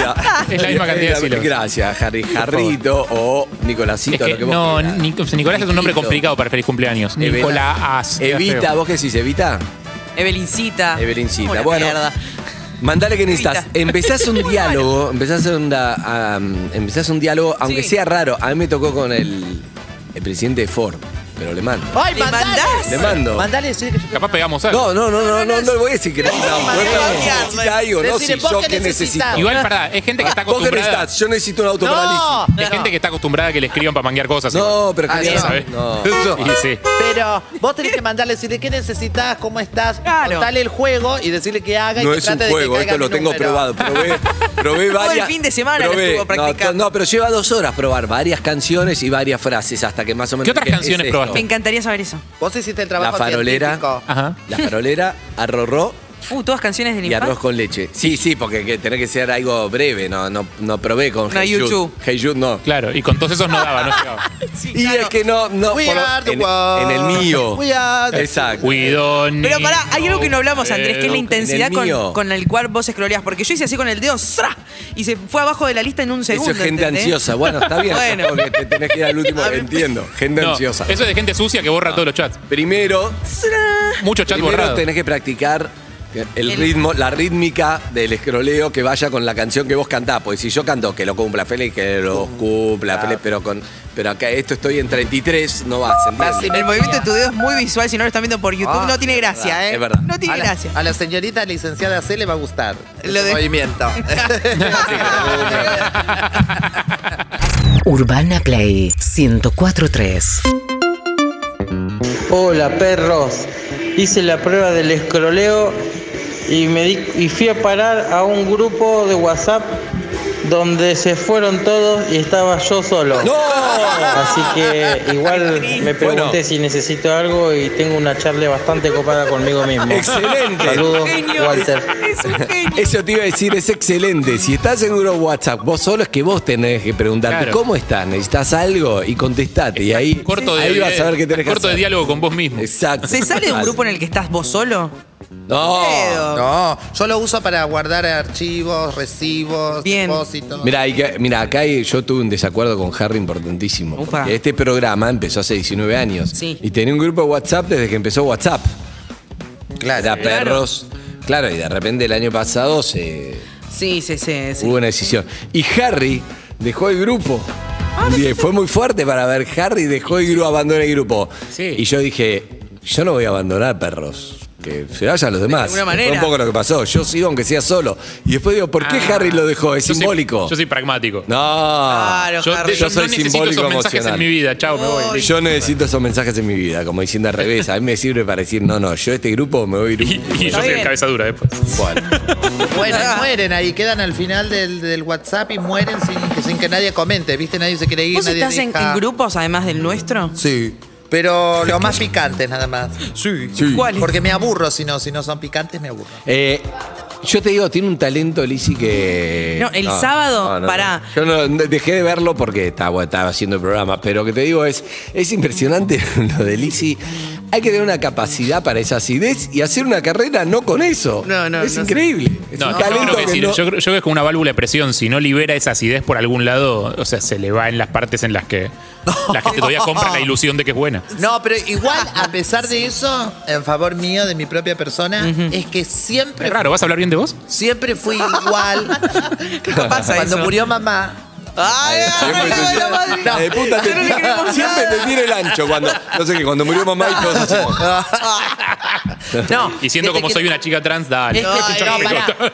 Speaker 4: Es la misma cantidad de sílabas.
Speaker 3: Eh, Gracias, Harry Jarrito o Nicolásito,
Speaker 4: Es que,
Speaker 3: lo que vos
Speaker 4: no,
Speaker 3: quieras.
Speaker 4: Nic- Nicolás es un nombre
Speaker 3: Niquito.
Speaker 4: complicado para feliz cumpleaños. Nicolás. ah, queda
Speaker 3: Evita,
Speaker 4: feo.
Speaker 3: ¿vos qué decís, Evita?
Speaker 7: Ah,
Speaker 5: Evelincita.
Speaker 3: Evelincita,
Speaker 5: Una
Speaker 3: bueno.
Speaker 5: mierda.
Speaker 3: Mandale que necesitas.
Speaker 5: Grita.
Speaker 3: Empezás un diálogo, empezás, onda, a, um, empezás un diálogo, aunque
Speaker 5: Sí.
Speaker 3: sea raro. A mí me tocó con el, el presidente de Ford, pero le mando.
Speaker 7: ¡Ay,
Speaker 5: ¿Le
Speaker 7: mandale!
Speaker 5: mandás?
Speaker 3: Le mando.
Speaker 7: Mandale, sí, que yo-
Speaker 4: Capaz pegamos algo.
Speaker 3: No, no, no, no, no, no le voy a decir que necesitamos. No,
Speaker 5: mandale,
Speaker 3: no,
Speaker 5: mandale.
Speaker 3: necesita algo, no, si
Speaker 7: Decile, ¿vos
Speaker 3: yo
Speaker 7: qué
Speaker 3: que necesito. Ah,
Speaker 7: necesitas?
Speaker 4: Igual, pará, es gente que está
Speaker 3: ¿Vos qué
Speaker 4: acostumbrada.
Speaker 3: necesitas? Yo necesito un auto para
Speaker 7: ¡No!
Speaker 3: Lizzy.
Speaker 4: Hay gente que está acostumbrada a que le escriban para manguear cosas.
Speaker 3: No, pero
Speaker 7: Ah,
Speaker 3: que
Speaker 7: no.
Speaker 4: ¿sabes?
Speaker 3: No.
Speaker 4: Y sí.
Speaker 7: Pero vos tenés que mandarle, decirle qué necesitas, cómo estás,
Speaker 5: Claro.
Speaker 7: contale el juego y decirle que haga
Speaker 3: No
Speaker 7: y que
Speaker 3: es un
Speaker 7: trate de que
Speaker 3: juego,
Speaker 7: caiga
Speaker 3: esto lo
Speaker 7: mi
Speaker 3: tengo
Speaker 7: número.
Speaker 3: probado. Probé, probé
Speaker 5: Todo el
Speaker 3: varias.
Speaker 5: fin de semana lo estuvo
Speaker 3: no,
Speaker 5: practicando.
Speaker 3: No, pero lleva dos horas probar varias canciones y varias frases hasta que más o menos.
Speaker 4: ¿Qué otras
Speaker 3: dije,
Speaker 4: canciones
Speaker 3: esto.
Speaker 4: probaste?
Speaker 5: Me encantaría saber eso.
Speaker 7: Vos hiciste el
Speaker 3: La
Speaker 7: trabajo
Speaker 3: farolera.
Speaker 7: científico.
Speaker 4: Ajá.
Speaker 3: La farolera, a Rorró
Speaker 5: Uh, todas canciones del
Speaker 3: Y
Speaker 5: infancia.
Speaker 3: arroz con leche. Sí, sí, porque que tener que ser algo breve, no, no, no probé con
Speaker 5: No,
Speaker 3: Hey
Speaker 5: you
Speaker 3: Jude.
Speaker 5: too.
Speaker 3: Hey Jude no.
Speaker 4: Claro, y con todos esos no daba, no llegaba.
Speaker 5: Sí,
Speaker 3: Y
Speaker 5: claro.
Speaker 3: es que no, no,
Speaker 7: We
Speaker 3: por lo-
Speaker 7: are the
Speaker 3: en,
Speaker 7: world.
Speaker 3: en el mío.
Speaker 7: We are the-
Speaker 3: Exacto.
Speaker 4: Guidón.
Speaker 5: Pero pará, hay algo que no hablamos, Andrés, que es la intensidad
Speaker 3: Eh, el
Speaker 5: con,
Speaker 3: mío.
Speaker 5: con el cual vos escroleás. Porque yo hice así con el dedo, ¡zra! Y se fue abajo de la lista en un segundo.
Speaker 3: Eso es gente
Speaker 5: ¿entendés?
Speaker 3: ansiosa. Bueno, está bien.
Speaker 5: Bueno.
Speaker 3: supongo que te tenés que ir al último. Entiendo. Gente
Speaker 4: No,
Speaker 3: ansiosa.
Speaker 4: Eso es de gente sucia que borra todos los chats.
Speaker 3: Primero,
Speaker 4: Mucho chat
Speaker 3: primero
Speaker 4: borrado.
Speaker 3: tenés que practicar el,
Speaker 5: El-
Speaker 3: ritmo, la rítmica del escroleo que vaya con la canción que vos cantás. Porque si yo canto que lo cumpla Félix, que lo
Speaker 5: Uh,
Speaker 3: cumpla Félix, pero con. Pero acá esto estoy en 33, no va a
Speaker 7: Casi
Speaker 5: El movimiento de tu dedo es muy visual, si no lo están viendo por YouTube,
Speaker 3: Ah,
Speaker 5: no tiene
Speaker 3: es
Speaker 5: gracia,
Speaker 3: verdad,
Speaker 5: ¿eh?
Speaker 3: es verdad. Ah,
Speaker 5: No tiene
Speaker 7: a la,
Speaker 5: gracia.
Speaker 7: a la señorita licenciada C le va a gustar
Speaker 5: Lo
Speaker 7: el
Speaker 5: de-
Speaker 7: movimiento.
Speaker 9: Urbana Play 1043.
Speaker 10: Hola perros, hice la prueba del escroleo y, me di- y fui a parar a un grupo de WhatsApp donde se fueron todos y estaba yo solo.
Speaker 3: ¡No!
Speaker 10: Así que igual me pregunté
Speaker 3: Bueno.
Speaker 10: si necesito algo y tengo una charla bastante copada conmigo mismo.
Speaker 3: ¡Excelente!
Speaker 10: Saludos,
Speaker 5: Genio,
Speaker 10: Walter.
Speaker 5: Es un genio.
Speaker 3: Eso te iba a decir, es excelente. Si estás en grupo WhatsApp, vos solo es que vos tenés que preguntarte
Speaker 4: Claro.
Speaker 3: cómo estás, necesitas algo y contestate. Y ahí,
Speaker 4: Corto de,
Speaker 3: ahí vas a ver qué tenés que
Speaker 4: corto de
Speaker 3: hacer.
Speaker 4: diálogo con vos mismo.
Speaker 3: Exacto.
Speaker 5: ¿Se sale de un grupo en el que estás vos solo?
Speaker 3: No.
Speaker 5: Pedo.
Speaker 7: No, yo lo uso para guardar archivos, recibos,
Speaker 5: Bien.
Speaker 7: depósitos.
Speaker 3: Mira, mira, acá hay- yo tuve un desacuerdo con Harry importantísimo.
Speaker 5: Upa.
Speaker 3: porque Este programa empezó hace 19 años.
Speaker 5: Sí.
Speaker 3: Y tenía un grupo de WhatsApp desde que empezó WhatsApp.
Speaker 7: Claro.
Speaker 3: Era perros. Claro, y de repente el año pasado se
Speaker 5: Sí, sí, sí. sí.
Speaker 3: hubo una decisión. Y Harry dejó el grupo. y fue muy fuerte para ver. Harry dejó el grupo, abandonó el grupo.
Speaker 4: Sí.
Speaker 3: Y yo dije, yo no voy a abandonar perros. Que se vayan los demás.
Speaker 5: alguna
Speaker 3: Fue
Speaker 5: manera.
Speaker 3: un poco lo que pasó. Yo sigo aunque sea solo. Y después digo, ¿por qué
Speaker 4: Ah.
Speaker 3: Harry lo dejó? Es
Speaker 4: Yo soy-
Speaker 3: simbólico.
Speaker 4: yo soy pragmático.
Speaker 3: No.
Speaker 5: Claro,
Speaker 4: Yo,
Speaker 5: Harry.
Speaker 4: yo
Speaker 3: Yo soy
Speaker 4: no necesito
Speaker 3: simbólico
Speaker 4: esos mensajes
Speaker 3: emocional.
Speaker 4: en mi vida. Chao, me voy.
Speaker 3: Yo necesito esos mensajes en mi vida, como diciendo al revés. A mí me sirve para decir, no, no, yo este grupo me voy a ir.
Speaker 4: Y, y yo
Speaker 5: Está
Speaker 4: soy
Speaker 5: bien.
Speaker 4: cabeza dura después.
Speaker 3: Bueno,
Speaker 7: Bueno, mueren ahí, quedan al final del, del WhatsApp y mueren sin, que- sin que nadie comente, ¿viste? Nadie se quiere ir,
Speaker 5: ¿Vos
Speaker 7: nadie
Speaker 5: estás en,
Speaker 7: deja.
Speaker 5: en grupos además del nuestro?
Speaker 7: Sí. Pero los más picantes nada más.
Speaker 5: Sí.
Speaker 3: Sí.
Speaker 5: ¿Cuáles?
Speaker 7: Porque me aburro si no, si no son picantes me aburro.
Speaker 3: eh, yo te digo, tiene un talento Lizzy que.
Speaker 5: No, el sábado, pará.
Speaker 3: Yo no, no, dejé de verlo porque estaba, estaba haciendo el programa, pero lo que te digo es, es impresionante lo de Lizzy. Hay que tener una capacidad para esa acidez y hacer una carrera no con eso.
Speaker 5: No, no,
Speaker 3: Es
Speaker 5: no
Speaker 3: increíble. Es
Speaker 4: No,
Speaker 3: un
Speaker 4: yo
Speaker 3: talento
Speaker 4: creo que
Speaker 3: que
Speaker 4: sí,
Speaker 3: no-
Speaker 4: yo, creo- yo creo que es como una válvula de presión. Si no libera esa acidez por algún lado, o sea, se le va en las partes en las que la gente todavía compra la ilusión de que es buena.
Speaker 7: No, pero igual, a pesar de eso, en favor mío, de mi propia persona, es que siempre,
Speaker 4: Es raro, ¿vas a hablar bien de vos?
Speaker 7: siempre fui igual.
Speaker 5: ¿Qué pasa
Speaker 7: Cuando
Speaker 5: eso?
Speaker 7: murió mamá.
Speaker 5: ¡Ay, ay,
Speaker 3: Siempre
Speaker 5: ay, la madre!
Speaker 3: te- de puta te-
Speaker 5: No le queremos
Speaker 3: siempre
Speaker 5: nada.
Speaker 3: te tiene el ancho cuando no sé qué cuando murió mamá y todos hacemos
Speaker 7: No.
Speaker 4: Y siendo
Speaker 7: Viste
Speaker 4: como
Speaker 7: que-
Speaker 4: soy una chica trans, dale.
Speaker 7: Es que,
Speaker 4: Yo
Speaker 7: no,
Speaker 4: Este no me
Speaker 7: pará.
Speaker 4: corto.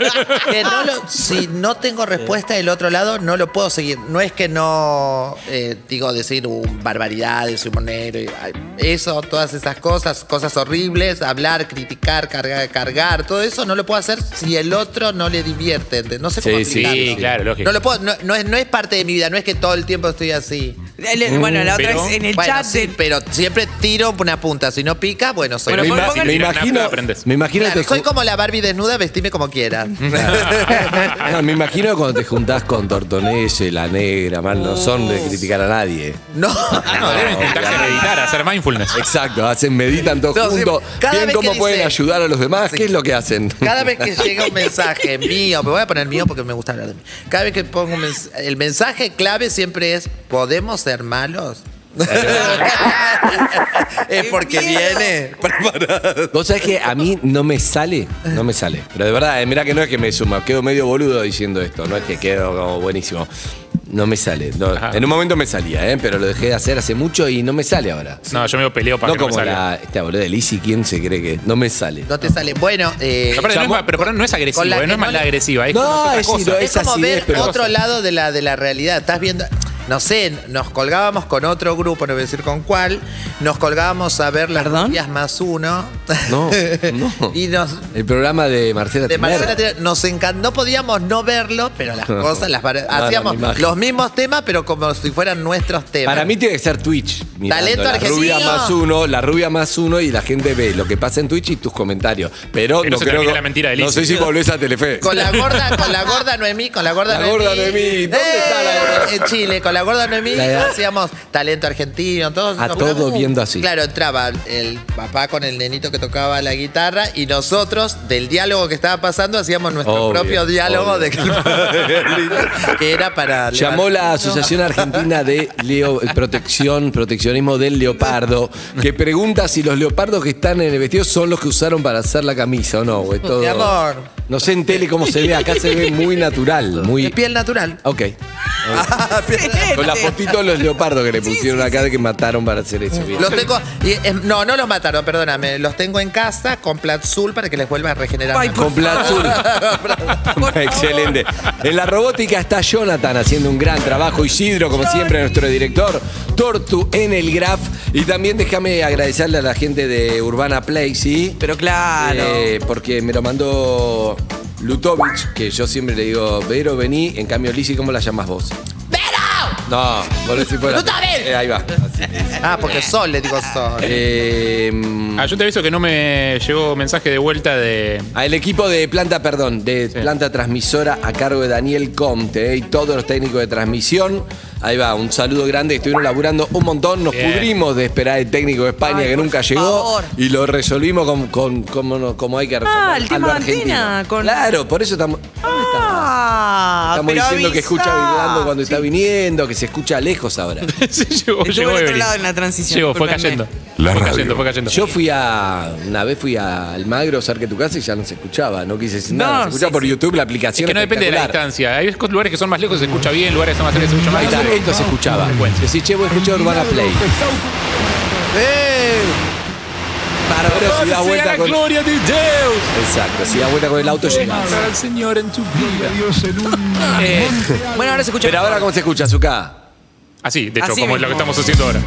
Speaker 7: Que no lo- si no tengo respuesta del otro lado, no lo puedo seguir. No es que no, eh, digo, decir uh, barbaridades, soy monero, y, ay, eso, todas esas cosas, cosas horribles, hablar, criticar, cargar, cargar, todo eso no lo puedo hacer si el otro no le divierte. ¿entendés? No sé cómo
Speaker 3: Sí, sí,
Speaker 7: explicarlo.
Speaker 4: sí, claro, lógico.
Speaker 7: No, lo puedo, no, no es, no es parte de mi vida, no es que todo el tiempo estoy así.
Speaker 5: El- Bueno, la otra
Speaker 4: Pero-
Speaker 5: es en el
Speaker 7: Bueno,
Speaker 5: chat
Speaker 7: sí,
Speaker 5: del...
Speaker 7: pero siempre tiro una punta. Si no pica, bueno, soy.
Speaker 5: Bueno,
Speaker 3: me,
Speaker 5: por-
Speaker 3: ima-
Speaker 5: pongan-
Speaker 3: me
Speaker 4: Mira,
Speaker 3: imagino
Speaker 4: nada, aprendes.
Speaker 3: me imagino
Speaker 7: Claro,
Speaker 3: que te
Speaker 7: soy
Speaker 3: ju-
Speaker 7: como la Barbie desnuda, vestime como quieras.
Speaker 3: No, me imagino que cuando te juntás con Tortonese la negra mal no son de criticar a nadie
Speaker 7: No.
Speaker 4: No, deben intentarse meditar, hacer mindfulness.
Speaker 3: exacto hacen meditan todos
Speaker 7: No, sí,
Speaker 3: juntos
Speaker 7: cada
Speaker 3: bien
Speaker 7: vez
Speaker 3: cómo
Speaker 7: que
Speaker 3: pueden
Speaker 7: dice-
Speaker 3: ayudar a los demás qué es lo que hacen
Speaker 7: Cada vez que llega un mensaje mío, me voy a poner mío porque me gusta hablar de mí. Cada vez que pongo un mens- el mensaje clave siempre es ¿podemos ser malos? es porque viene.
Speaker 3: Vos sabés que a mí no me sale, no me sale. Pero de verdad, eh, mirá que no es que me suma, quedo medio boludo diciendo esto, no es que quedo como buenísimo. No me sale. no.
Speaker 4: Ajá.
Speaker 3: en un momento me salía, ¿eh? pero lo dejé de hacer hace mucho y no me sale ahora.
Speaker 4: No, yo me peleo para
Speaker 3: no
Speaker 4: que no me
Speaker 3: como
Speaker 4: salga.
Speaker 3: la, esta boluda de Lizzy, ¿quién se cree que? No me sale.
Speaker 7: No te sale. Bueno, eh,
Speaker 4: Aparte, no es
Speaker 3: Llamó-
Speaker 4: ma- pero perdón, no es agresivo,
Speaker 7: con la
Speaker 4: eh,
Speaker 7: que
Speaker 4: no es
Speaker 7: no
Speaker 4: maldad
Speaker 7: le-
Speaker 4: agresiva. Es
Speaker 3: No,
Speaker 4: como otra
Speaker 3: es
Speaker 4: cosa.
Speaker 3: iro-
Speaker 7: es como
Speaker 3: así,
Speaker 7: ver
Speaker 3: es, pero-
Speaker 7: otro lado de la, de la realidad. Estás viendo, no sé, nos colgábamos con otro grupo, no voy a decir con cuál, nos colgábamos a ver las
Speaker 5: ¿Perdón?
Speaker 7: rubias más uno.
Speaker 3: No, no.
Speaker 7: y nos,
Speaker 3: El programa de Marcela
Speaker 7: de
Speaker 3: Tinelli.
Speaker 7: Marcela Tinelli, nos encantó, no podíamos no verlo, pero las
Speaker 3: No.
Speaker 7: cosas las pare-
Speaker 3: no,
Speaker 7: hacíamos
Speaker 3: me imagino.
Speaker 7: los mismos temas, pero como si fueran nuestros temas.
Speaker 3: Para mí tiene que ser Twitch. mirando
Speaker 7: Eh, Talento
Speaker 3: la
Speaker 7: argentino.
Speaker 3: rubia más uno, la rubia más uno y la gente ve lo que pasa en Twitch y tus comentarios. Pero
Speaker 4: Que no
Speaker 3: no
Speaker 4: se
Speaker 3: creo
Speaker 4: termine
Speaker 3: que-
Speaker 4: la mentira de
Speaker 3: No
Speaker 4: Lizzie.
Speaker 3: sé si volvés a Telefe.
Speaker 7: con la gorda, con la gorda Noemí, con la gorda
Speaker 3: La
Speaker 7: Noemí. Eh,
Speaker 3: gorda Noemí, ¿dónde está la gorda?
Speaker 7: En Chile, con la gorda Noemí
Speaker 3: La-
Speaker 7: hacíamos talento argentino, todos
Speaker 3: A
Speaker 7: nos-
Speaker 3: todo viendo así.
Speaker 7: Claro, entraba el papá con el nenito que tocaba la guitarra y nosotros del diálogo que estaba pasando hacíamos nuestro
Speaker 3: Obvio,
Speaker 7: propio diálogo
Speaker 3: obvio.
Speaker 7: de que, que era para
Speaker 3: Llamó la
Speaker 7: levantar-
Speaker 3: Asociación Argentina de Leo- eh, Protección, Proteccionismo del Leopardo, que pregunta si los leopardos que están en el vestido son los que usaron para hacer la camisa o no. güey, todo-
Speaker 7: Mi amor.
Speaker 3: No sé en tele cómo se ve, acá se ve muy natural,
Speaker 7: De
Speaker 3: muy...
Speaker 7: piel natural.
Speaker 3: Ok. Ah,
Speaker 7: Piel-
Speaker 3: Con la fotito de los leopardos que le pusieron acá de que mataron para hacer eso. bien.
Speaker 7: Los tengo. y, eh, no, no los mataron, perdóname. Los tengo en casa con Platzul para que les vuelva a regenerar.
Speaker 5: Ay,
Speaker 7: mejor.
Speaker 3: Con Platzul. Excelente. En la robótica está Jonathan haciendo un gran trabajo. Isidro, como siempre, nuestro director. Tortu en el Graf. Y también déjame agradecerle a la gente de Urbana Play, ¿sí?
Speaker 5: Pero ah, claro.
Speaker 3: Eh, porque me lo mandó Lutovich, que yo siempre le digo, Vero, vení. En cambio, Lizzy, ¿cómo la llamas vos? ¡Vero! No, vos lo decís por la-
Speaker 7: ¡Lutovich!
Speaker 3: Eh, ahí va. Así.
Speaker 7: Ah, porque Sol, le digo Sol.
Speaker 3: Eh, mm,
Speaker 4: Ah, yo te aviso que no me llegó mensaje de vuelta de.
Speaker 3: Al Ah, equipo de planta, perdón, de planta transmisora a cargo de Daniel Comte ¿eh? y todos los técnicos de transmisión. Ahí va, un saludo grande. Estuvieron laburando un montón. Nos
Speaker 4: Bien.
Speaker 3: pudrimos de esperar el técnico de España
Speaker 5: Ay,
Speaker 3: que
Speaker 5: por
Speaker 3: nunca
Speaker 5: favor. Ah,
Speaker 3: llegó y lo resolvimos con, con- como, no- como hay que resolverlo.
Speaker 5: el tema
Speaker 3: A lo
Speaker 5: de Antena,
Speaker 3: argentino.
Speaker 5: con-
Speaker 3: Claro, por eso estamos. ¿dónde está?
Speaker 5: Ah,
Speaker 3: Estamos
Speaker 5: pero
Speaker 3: diciendo que
Speaker 5: avisa.
Speaker 3: escucha vibrando cuando está viniendo, que se escucha lejos ahora.
Speaker 4: Sí, llegó,
Speaker 5: Estuvo
Speaker 4: llegó
Speaker 5: en otro
Speaker 4: Evelyn.
Speaker 5: lado en la transición,
Speaker 4: Llegó, fue
Speaker 5: discúlpenme.
Speaker 4: cayendo.
Speaker 1: La
Speaker 4: fue
Speaker 1: radio.
Speaker 4: cayendo, fue cayendo.
Speaker 3: Yo fui a. Una vez fui a Almagro, cerca de tu casa, y ya no se escuchaba. No quise decir nada.
Speaker 5: No,
Speaker 3: Se escucha
Speaker 5: sí,
Speaker 3: por
Speaker 5: sí.
Speaker 3: YouTube la aplicación.
Speaker 4: Es que no depende de la
Speaker 3: espectacular.
Speaker 4: distancia. Hay lugares que son más lejos se escucha bien, lugares que son más cerca se escucha
Speaker 3: Ahí
Speaker 4: más
Speaker 3: está, esto se escuchaba. Decís, che, voy a escuchar Urbana Play.
Speaker 7: ¡Eh!
Speaker 3: Pero si da vuelta con...
Speaker 4: gloria de Dios.
Speaker 3: Exacto, si da vuelta con el auto llegás.
Speaker 4: al Señor en tu vida. Eh,
Speaker 5: Bueno, ahora se escucha.
Speaker 3: Pero ahora, ¿cómo se escucha, Zucca?
Speaker 4: así, de hecho,
Speaker 5: Así
Speaker 4: como es lo que
Speaker 5: mismo.
Speaker 4: estamos haciendo ahora.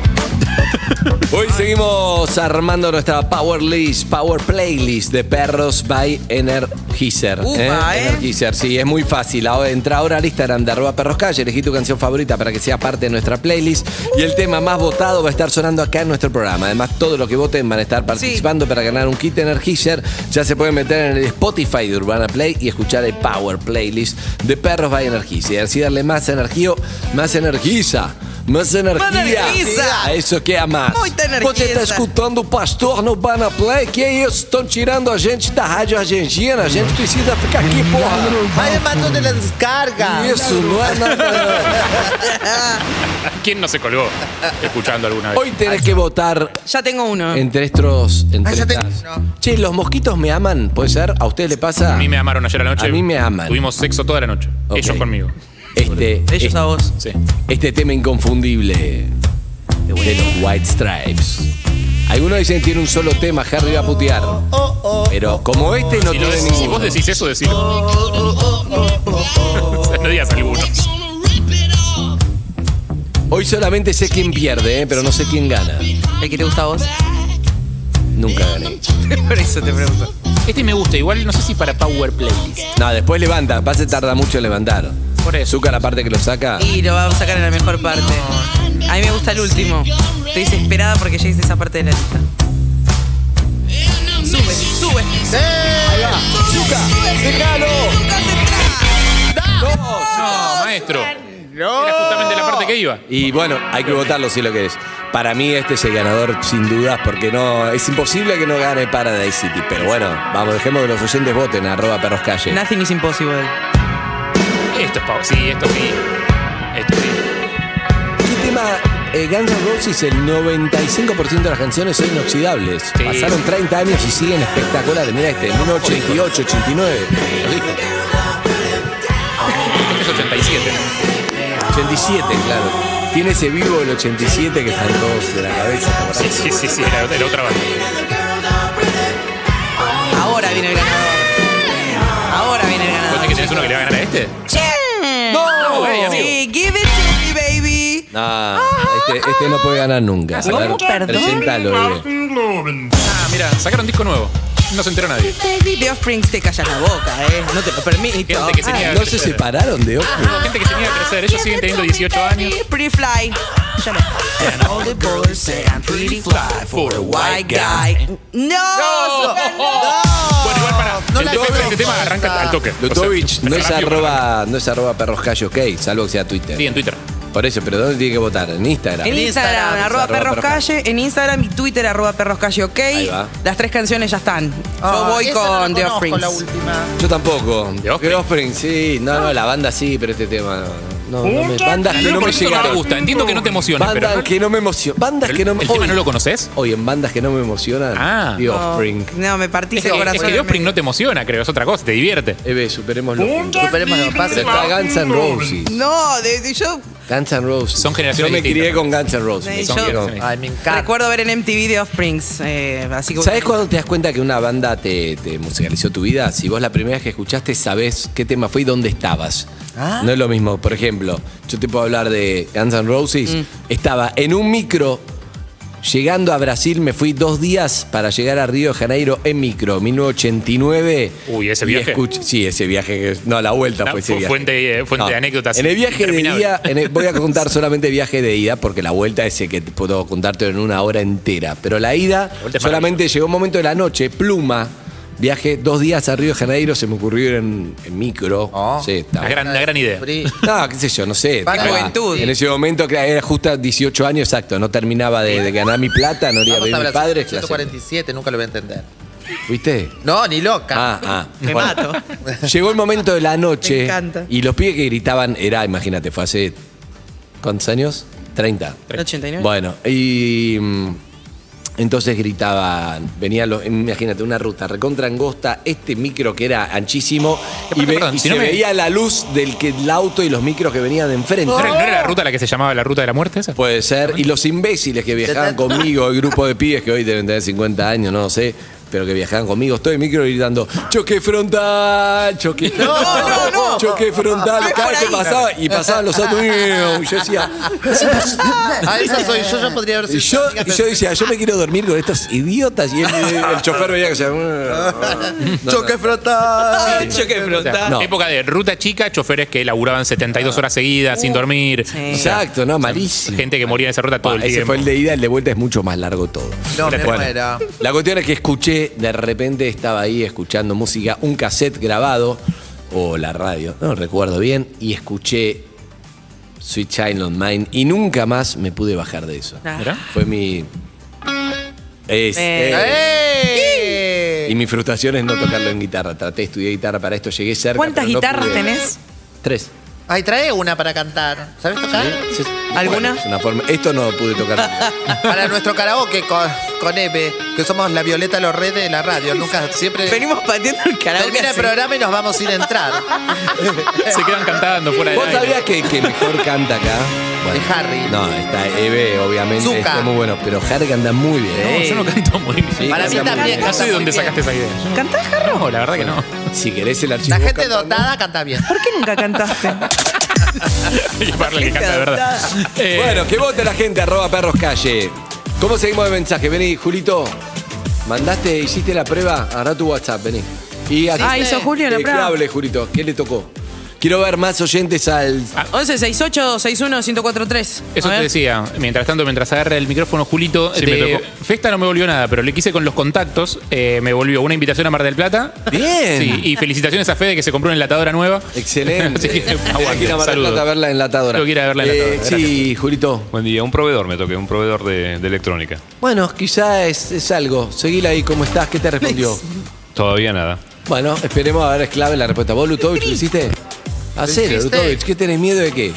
Speaker 3: Hoy seguimos armando nuestra Power List, Power Playlist de Perros by Energizer.
Speaker 5: Upa, ¿eh?
Speaker 3: Energizer, sí, es muy fácil. Ahora, Entra ahora al Instagram de arroba perroscalle, elegí tu canción favorita para que sea parte de nuestra playlist. Y el tema más votado va a estar sonando acá en nuestro programa. Además, todos los que voten van a estar participando para ganar un kit Energizer. Ya se pueden meter en el Spotify de Urbana Play y escuchar el Power Playlist de Perros by Energizer. Así darle más energía, más energiza. Más energía.
Speaker 5: energiza.
Speaker 3: A Isso que é massa.
Speaker 5: Muita energia.
Speaker 3: Você está escutando o Pastor no Banaplay? Que isso? Estão tirando a gente da Rádio Argentina. A gente precisa ficar aqui, porra.
Speaker 7: ¡Vaya mato de la descarga!
Speaker 3: Isso, não é nada.
Speaker 4: ¿Quién no se colgó escuchando alguna vez?
Speaker 3: Hoy tenés que votar
Speaker 5: Ya tengo uno.
Speaker 3: entre estos. Entre
Speaker 7: Ah, ya tengo
Speaker 3: estas.
Speaker 7: uno.
Speaker 3: Che, ¿los mosquitos me aman? ¿Puede ser? ¿A ustedes les pasa?
Speaker 4: A mí me amaron ayer a la noche.
Speaker 3: A mí me aman.
Speaker 4: Tuvimos sexo toda la noche.
Speaker 3: Ok.
Speaker 4: Ellos conmigo.
Speaker 3: Este,
Speaker 5: Ellos
Speaker 3: este,
Speaker 5: a vos.
Speaker 4: Sí.
Speaker 3: este tema inconfundible de los White Stripes. Algunos dicen que tiene un solo tema, Harry va a putear. Pero como este no
Speaker 4: Si,
Speaker 3: tiene
Speaker 4: lo decís- si
Speaker 3: ninguno.
Speaker 4: vos decís eso, decilo. no digas alguno.
Speaker 3: Hoy solamente sé quién pierde, ¿eh? pero no sé quién gana.
Speaker 5: El que te gusta a vos.
Speaker 3: Nunca gané.
Speaker 5: Por eso te pregunto.
Speaker 4: Este me gusta, igual no sé si para Power Playlist.
Speaker 3: No, después levanta. Pase tarda mucho en levantar.
Speaker 4: Por eso.
Speaker 3: Azúcar, aparte que lo saca.
Speaker 5: Y lo vamos a sacar en la mejor parte. A mí me gusta el último. Estoy desesperada porque llegues a esa parte de la lista. Sube, sube.
Speaker 3: ¡Azúcar! ¡Déjalo!
Speaker 4: No, maestro. Era justamente la parte que iba.
Speaker 3: Y bueno, hay que votarlo si lo que es. Para mí este es el ganador sin dudas porque no es imposible que no gane Paradise City. Pero bueno, vamos, dejemos que los oyentes voten arroba perroscalle.
Speaker 5: Nothing is impossible.
Speaker 4: Esto es Power. Sí, esto sí. Esto sí.
Speaker 3: Este tema, eh, Guns N' Roses, el 95% de las canciones son inoxidables.
Speaker 4: Sí.
Speaker 3: Pasaron 30 años y siguen espectaculares. Mira este, 1988, 89. rico.
Speaker 4: Este es 87.
Speaker 3: 87, claro. Tiene ese vivo del 87 que están todos de la cabeza. ¿te acordás?
Speaker 4: Sí, sí, sí, sí. Era, era otra banda.
Speaker 5: Ahora viene el ganador. Ahora viene el
Speaker 4: ¿Vos
Speaker 5: ganador.
Speaker 4: decís que tenés uno que le va a ganar a este?
Speaker 5: ¡No!
Speaker 4: güey, amigo.
Speaker 5: Sí, give it to me, baby.
Speaker 3: Ah, Este, este no puede ganar nunca. A ver,
Speaker 5: ¿Perdón?
Speaker 3: preséntalo, eh. Diego.
Speaker 4: Ah, mira, sacaron disco nuevo. No se enteró nadie.
Speaker 5: The Offspring te callas la boca, ¿eh? No te lo permito.
Speaker 4: Gente que se niega a
Speaker 3: No se
Speaker 4: crecer.
Speaker 3: separaron de otro.
Speaker 4: No, gente que se niega a crecer. Ellos siguen teniendo 18 años.
Speaker 5: Pretty fly. Ya no. No, Sofía, no.
Speaker 4: Bueno, igual para.
Speaker 7: No
Speaker 4: el
Speaker 7: la
Speaker 4: tema,
Speaker 7: conozco
Speaker 4: este tema
Speaker 7: esta.
Speaker 4: arranca al toque.
Speaker 3: Lutovich
Speaker 4: O
Speaker 3: no
Speaker 4: sea,
Speaker 3: es
Speaker 4: rápido,
Speaker 3: arroba, no es arroba perros callo, ok, salvo que sea Twitter.
Speaker 4: Sí, en Twitter.
Speaker 3: Por eso, pero ¿dónde tiene que votar? En Instagram.
Speaker 5: En Instagram, arroba perros calle, en Instagram y Twitter, arroba perros calle, ok.
Speaker 3: va.
Speaker 5: Las tres canciones ya están. Yo
Speaker 7: Ah,
Speaker 5: voy
Speaker 7: esa no la
Speaker 5: con The
Speaker 7: conozco,
Speaker 5: Offspring.
Speaker 7: la última.
Speaker 3: Yo tampoco.
Speaker 4: ¿De Offspring?
Speaker 3: De Offspring, sí. No, no, la banda sí, pero este tema no. no, no me, bandas que
Speaker 4: Pero
Speaker 3: no me
Speaker 4: por eso no
Speaker 3: llegaron.
Speaker 4: me gusta. Entiendo que no te emociones, pero.
Speaker 3: Bandas que no me emocionan. Bandas que no me
Speaker 4: ¿El tema
Speaker 3: hoy-
Speaker 4: no lo conoces?
Speaker 3: Hoy en bandas que no me emocionan.
Speaker 4: Ah.
Speaker 3: The Offspring.
Speaker 5: No, me
Speaker 4: Es
Speaker 5: partiste
Speaker 4: que,
Speaker 5: el
Speaker 4: es
Speaker 5: corazón.
Speaker 4: que The Offspring no te emociona, creo. Es otra cosa, te divierte.
Speaker 3: Eve, superémoslo. juntos.
Speaker 7: Superemos los pasos.
Speaker 3: Está Guns N' Roses.
Speaker 5: No, de- de- yo
Speaker 3: Guns N' Roses.
Speaker 4: Son generaciones
Speaker 3: Yo me
Speaker 4: distintas.
Speaker 3: crié con Guns N' Roses.
Speaker 5: Sí,
Speaker 3: me
Speaker 5: yo-
Speaker 3: crié con-
Speaker 4: Sí.
Speaker 7: Ay, me encanta.
Speaker 5: recuerdo ver en MTV The Offsprings. eh, así que
Speaker 3: ¿Sabes cuando te das cuenta que una banda te, te musicalizó tu vida? Si vos la primera vez que escuchaste sabés qué tema fue y dónde estabas.
Speaker 7: Ah.
Speaker 3: No es lo mismo. Por ejemplo, yo te puedo hablar de Guns N' Roses.
Speaker 5: Mm.
Speaker 3: Estaba en un micro. Llegando a Brasil, me fui dos días para llegar a Río de Janeiro en micro, 1989.
Speaker 4: Uy, ese
Speaker 3: Y
Speaker 4: viaje.
Speaker 3: escuch- sí, ese viaje. que- No, la vuelta
Speaker 4: No,
Speaker 3: fue ese
Speaker 4: fu-
Speaker 3: viaje.
Speaker 4: fuente, eh, fuente de anécdotas
Speaker 3: En el viaje de
Speaker 4: interminables.
Speaker 3: ida, en el- voy a contar solamente viaje de ida, porque la vuelta ese que te puedo contarte en una hora entera. Pero la ida,
Speaker 4: vuelta es
Speaker 3: solamente llegó un momento de la noche, pluma. Viaje dos días a Río de Janeiro, se me ocurrió ir en, en micro.
Speaker 7: Oh.
Speaker 3: Sí, está
Speaker 4: Una gran, una gran idea.
Speaker 7: Free.
Speaker 3: no, qué sé yo, no sé.
Speaker 7: Para
Speaker 3: estaba-
Speaker 5: juventud.
Speaker 3: En ese momento, que era justo 18 años, exacto. No terminaba de, de ganar mi plata, no iba a
Speaker 7: Vamos
Speaker 3: pedir
Speaker 7: a
Speaker 3: a mi
Speaker 7: Brasil,
Speaker 3: padre. clase.
Speaker 7: 147, nunca lo voy a entender.
Speaker 3: ¿Viste?
Speaker 7: No, ni loca.
Speaker 3: Ah, ah.
Speaker 5: me
Speaker 3: Bueno.
Speaker 5: mato.
Speaker 3: Llegó el momento de la noche.
Speaker 5: Me encanta.
Speaker 3: Y los pibes que gritaban era, imagínate, fue hace. ¿Cuántos años? 30.
Speaker 5: El 89.
Speaker 3: Bueno, y. mm, Entonces gritaban, venían los, imagínate, una ruta recontra angosta, este micro que era anchísimo, y,
Speaker 4: aparte,
Speaker 3: ve-
Speaker 4: perdón,
Speaker 3: y
Speaker 4: si
Speaker 3: se
Speaker 4: no me-
Speaker 3: veía la luz del que, el auto y los micros que venían de enfrente.
Speaker 4: ¿No era, no era la ruta la que se llamaba la ruta de la muerte esa?
Speaker 3: Puede ser. Y los imbéciles que viajaban conmigo, el grupo de pibes que hoy deben tener 50 años, no sé, pero que viajaban conmigo, estoy en micro gritando, choque frontal, choque frontal,
Speaker 5: no, no.
Speaker 3: choque frontal,
Speaker 5: No es
Speaker 3: cada vez
Speaker 5: por
Speaker 3: que
Speaker 5: ahí.
Speaker 3: pasaba, y pasaban los autos, y yo decía,
Speaker 7: Ah, esa soy yo, yo podría haber
Speaker 3: y
Speaker 7: sido.
Speaker 3: yo,
Speaker 7: una amiga,
Speaker 3: y yo decía, yo me quiero dormir con estos idiotas, y el, el chofer veía que se
Speaker 4: Ah.
Speaker 7: pero- Choque frontal.
Speaker 5: Choque
Speaker 4: O sea,
Speaker 5: frontal.
Speaker 3: No.
Speaker 4: Época de ruta chica, choferes que laburaban 72 horas seguidas sin dormir.
Speaker 5: Sí.
Speaker 3: Exacto, no, malísimo.
Speaker 4: Gente que moría en esa ruta todo
Speaker 3: Ah,
Speaker 4: el
Speaker 3: ese
Speaker 4: tiempo.
Speaker 3: fue el de ida, el de vuelta es mucho más largo todo.
Speaker 7: No, me
Speaker 3: Bueno,
Speaker 7: muero.
Speaker 3: La cuestión es que escuché, de repente estaba ahí escuchando música, un cassette grabado, o la radio, no recuerdo bien, y escuché Sweet Child on Mine y nunca más me pude bajar de eso.
Speaker 5: Ah.
Speaker 4: Mirá.
Speaker 3: Fue mi... Es-
Speaker 5: Eh.
Speaker 3: es- Y mi frustración es no tocarlo en guitarra. Traté, estudié guitarra para esto, llegué cerca.
Speaker 5: ¿Cuántas
Speaker 3: pero no
Speaker 5: guitarras
Speaker 3: pude.
Speaker 5: tenés?
Speaker 3: Tres.
Speaker 7: Ay, trae una para cantar. ¿Sabes tocar?
Speaker 3: Sí, sí.
Speaker 5: ¿Alguna?
Speaker 3: Bueno, es una forma- Esto no pude tocar.
Speaker 7: Para nuestro karaoke con, con Eve, que somos la Violeta Lorred de la radio. Nunca, siempre.
Speaker 5: Venimos pateando el karaoke.
Speaker 7: Termina el
Speaker 5: así.
Speaker 7: programa y nos vamos sin entrar.
Speaker 4: Se quedan cantando fuera de
Speaker 3: ¿Vos sabías que, que mejor canta acá? Bueno.
Speaker 7: De Harry.
Speaker 3: No, está Eve, obviamente,
Speaker 7: Zucca.
Speaker 3: está muy bueno, pero Harry canta muy bien.
Speaker 4: yo no canto muy bien.
Speaker 3: Sí,
Speaker 7: Para mí
Speaker 3: canta muy
Speaker 7: también.
Speaker 3: bien.
Speaker 4: No sé de dónde sacaste esa idea. Yo no-
Speaker 5: ¿Cantás, Harry?
Speaker 4: No, la verdad que no.
Speaker 3: Si querés el archivo.
Speaker 7: La gente dotada canta bien.
Speaker 5: ¿Por qué nunca cantaste?
Speaker 4: Y para el que canta de verdad. Eh,
Speaker 3: Bueno, que vote la gente, arroba perros calle. ¿Cómo seguimos de mensaje? Vení, Julito. Mandaste, hiciste la prueba, agarrá tu WhatsApp, vení. Y aquí-
Speaker 5: Ah, hizo Julio la
Speaker 3: Eh,
Speaker 5: prueba.
Speaker 3: ¿Qué hable, Julito? ¿Qué le tocó? Quiero ver más oyentes al.
Speaker 4: Ah.
Speaker 5: 11 68 61 1043.
Speaker 4: Eso
Speaker 5: A
Speaker 4: te
Speaker 5: ver.
Speaker 4: decía, mientras tanto, mientras agarra el micrófono Julito,
Speaker 8: Sí,
Speaker 4: de-
Speaker 8: me tocó.
Speaker 4: Festa no me volvió nada, pero le quise con los contactos, eh, me volvió una invitación a Mar del Plata.
Speaker 3: Bien.
Speaker 4: Sí, y felicitaciones a Fede que se compró una enlatadora nueva.
Speaker 3: Excelente.
Speaker 4: Así que, aguante,
Speaker 3: Quiero ver
Speaker 4: saludos.
Speaker 3: a verla enlatadora.
Speaker 4: Tengo que ir a verla
Speaker 3: Eh,
Speaker 4: enlatadora,
Speaker 3: sí, Julito.
Speaker 11: Buen día, un proveedor me toqué, un proveedor de, de electrónica.
Speaker 3: Bueno, quizá es, es algo. Seguila ahí, ¿cómo estás? ¿Qué te respondió?
Speaker 11: Todavía nada.
Speaker 3: Bueno, esperemos a ver, es clave la respuesta. ¿Vos, Lutovic, lo hiciste? Hacelo,
Speaker 7: hiciste?
Speaker 3: Lutovic. ¿Qué tenés miedo de qué?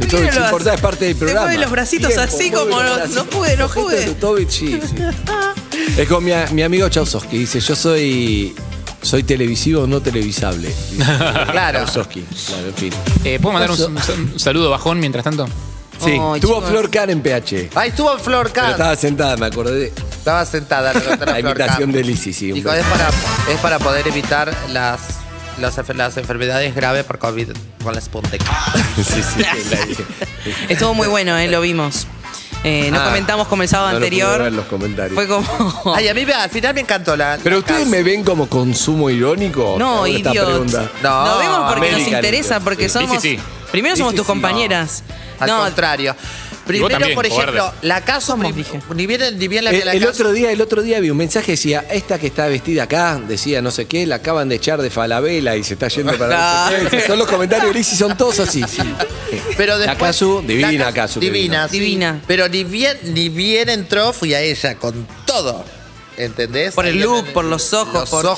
Speaker 3: Lutovic,
Speaker 5: Míralo
Speaker 3: si importa,
Speaker 5: así.
Speaker 3: es parte del
Speaker 5: Te
Speaker 3: programa.
Speaker 5: mueve los bracitos así
Speaker 3: mueve
Speaker 5: como
Speaker 3: los
Speaker 5: no-
Speaker 3: bracitos.
Speaker 5: no pude, no
Speaker 3: Ojito
Speaker 5: pude.
Speaker 3: de Lutovic, sí, sí. Es con mi, mi amigo Chausovsky, dice, yo soy... Soy televisivo, no televisable. dice
Speaker 7: Claro.
Speaker 3: Chausovsky, claro, en fin.
Speaker 4: Eh, ¿Puedo mandar un, un saludo bajón mientras tanto?
Speaker 3: Sí,
Speaker 5: Ay,
Speaker 3: tuvo
Speaker 5: chicos.
Speaker 3: Flor Kahn en PH.
Speaker 7: Ahí estuvo Flor
Speaker 3: Pero
Speaker 7: Kahn.
Speaker 3: estaba sentada, me acordé. de-
Speaker 7: Estaba sentada la doctora
Speaker 3: La
Speaker 7: Flor
Speaker 3: imitación
Speaker 7: Kahn.
Speaker 3: de Lizzy, sí. un
Speaker 7: Dijo, es para, es para poder evitar las las, enfer- las enfermedades graves por COVID con la Sputnik.
Speaker 3: sí, sí, la dije.
Speaker 5: Estuvo muy bueno, eh, lo vimos. Eh, no
Speaker 3: Ah.
Speaker 5: comentamos como el sábado
Speaker 3: No lo pude
Speaker 5: anterior.
Speaker 3: ver en los comentarios.
Speaker 5: Fue como.
Speaker 7: Ay, a mí me- al final me encantó la.
Speaker 3: Pero
Speaker 7: la
Speaker 3: ustedes
Speaker 7: casa.
Speaker 3: me ven como consumo irónico.
Speaker 5: No,
Speaker 3: Ahora esta
Speaker 5: idiot.
Speaker 3: pregunta.
Speaker 7: No,
Speaker 5: Nos vemos porque nos
Speaker 3: American
Speaker 5: interesa,
Speaker 3: Idiot, sí.
Speaker 5: porque somos.
Speaker 4: Sí, sí, sí.
Speaker 5: Primero somos
Speaker 3: Sí, sí,
Speaker 5: tus
Speaker 3: sí.
Speaker 5: compañeras.
Speaker 7: Al
Speaker 5: No,
Speaker 7: contrario. Primero,
Speaker 4: también,
Speaker 7: por ejemplo,
Speaker 4: cobardes.
Speaker 7: la caso.
Speaker 5: Somos,
Speaker 7: prim-
Speaker 5: dije.
Speaker 7: Ni bien, ni bien la que
Speaker 3: El,
Speaker 7: la
Speaker 3: el
Speaker 7: caso-
Speaker 3: otro día, el otro día vi un mensaje que decía, esta que está vestida acá, decía no sé qué, la acaban de echar de Falabella y se está yendo para
Speaker 7: Ah.
Speaker 3: no sé qué. Son los comentarios gris y son todos así. sí.
Speaker 7: Pero después,
Speaker 3: Akazu, divina
Speaker 7: la-
Speaker 3: Akazu,
Speaker 7: Divina,
Speaker 3: divina.
Speaker 7: sí.
Speaker 5: Divina.
Speaker 7: Pero ni bien, ni bien entró, fui a ella con todo. ¿Entendés?
Speaker 5: Por el
Speaker 7: Ahí
Speaker 5: look,
Speaker 7: en
Speaker 5: por los ojos, por todo.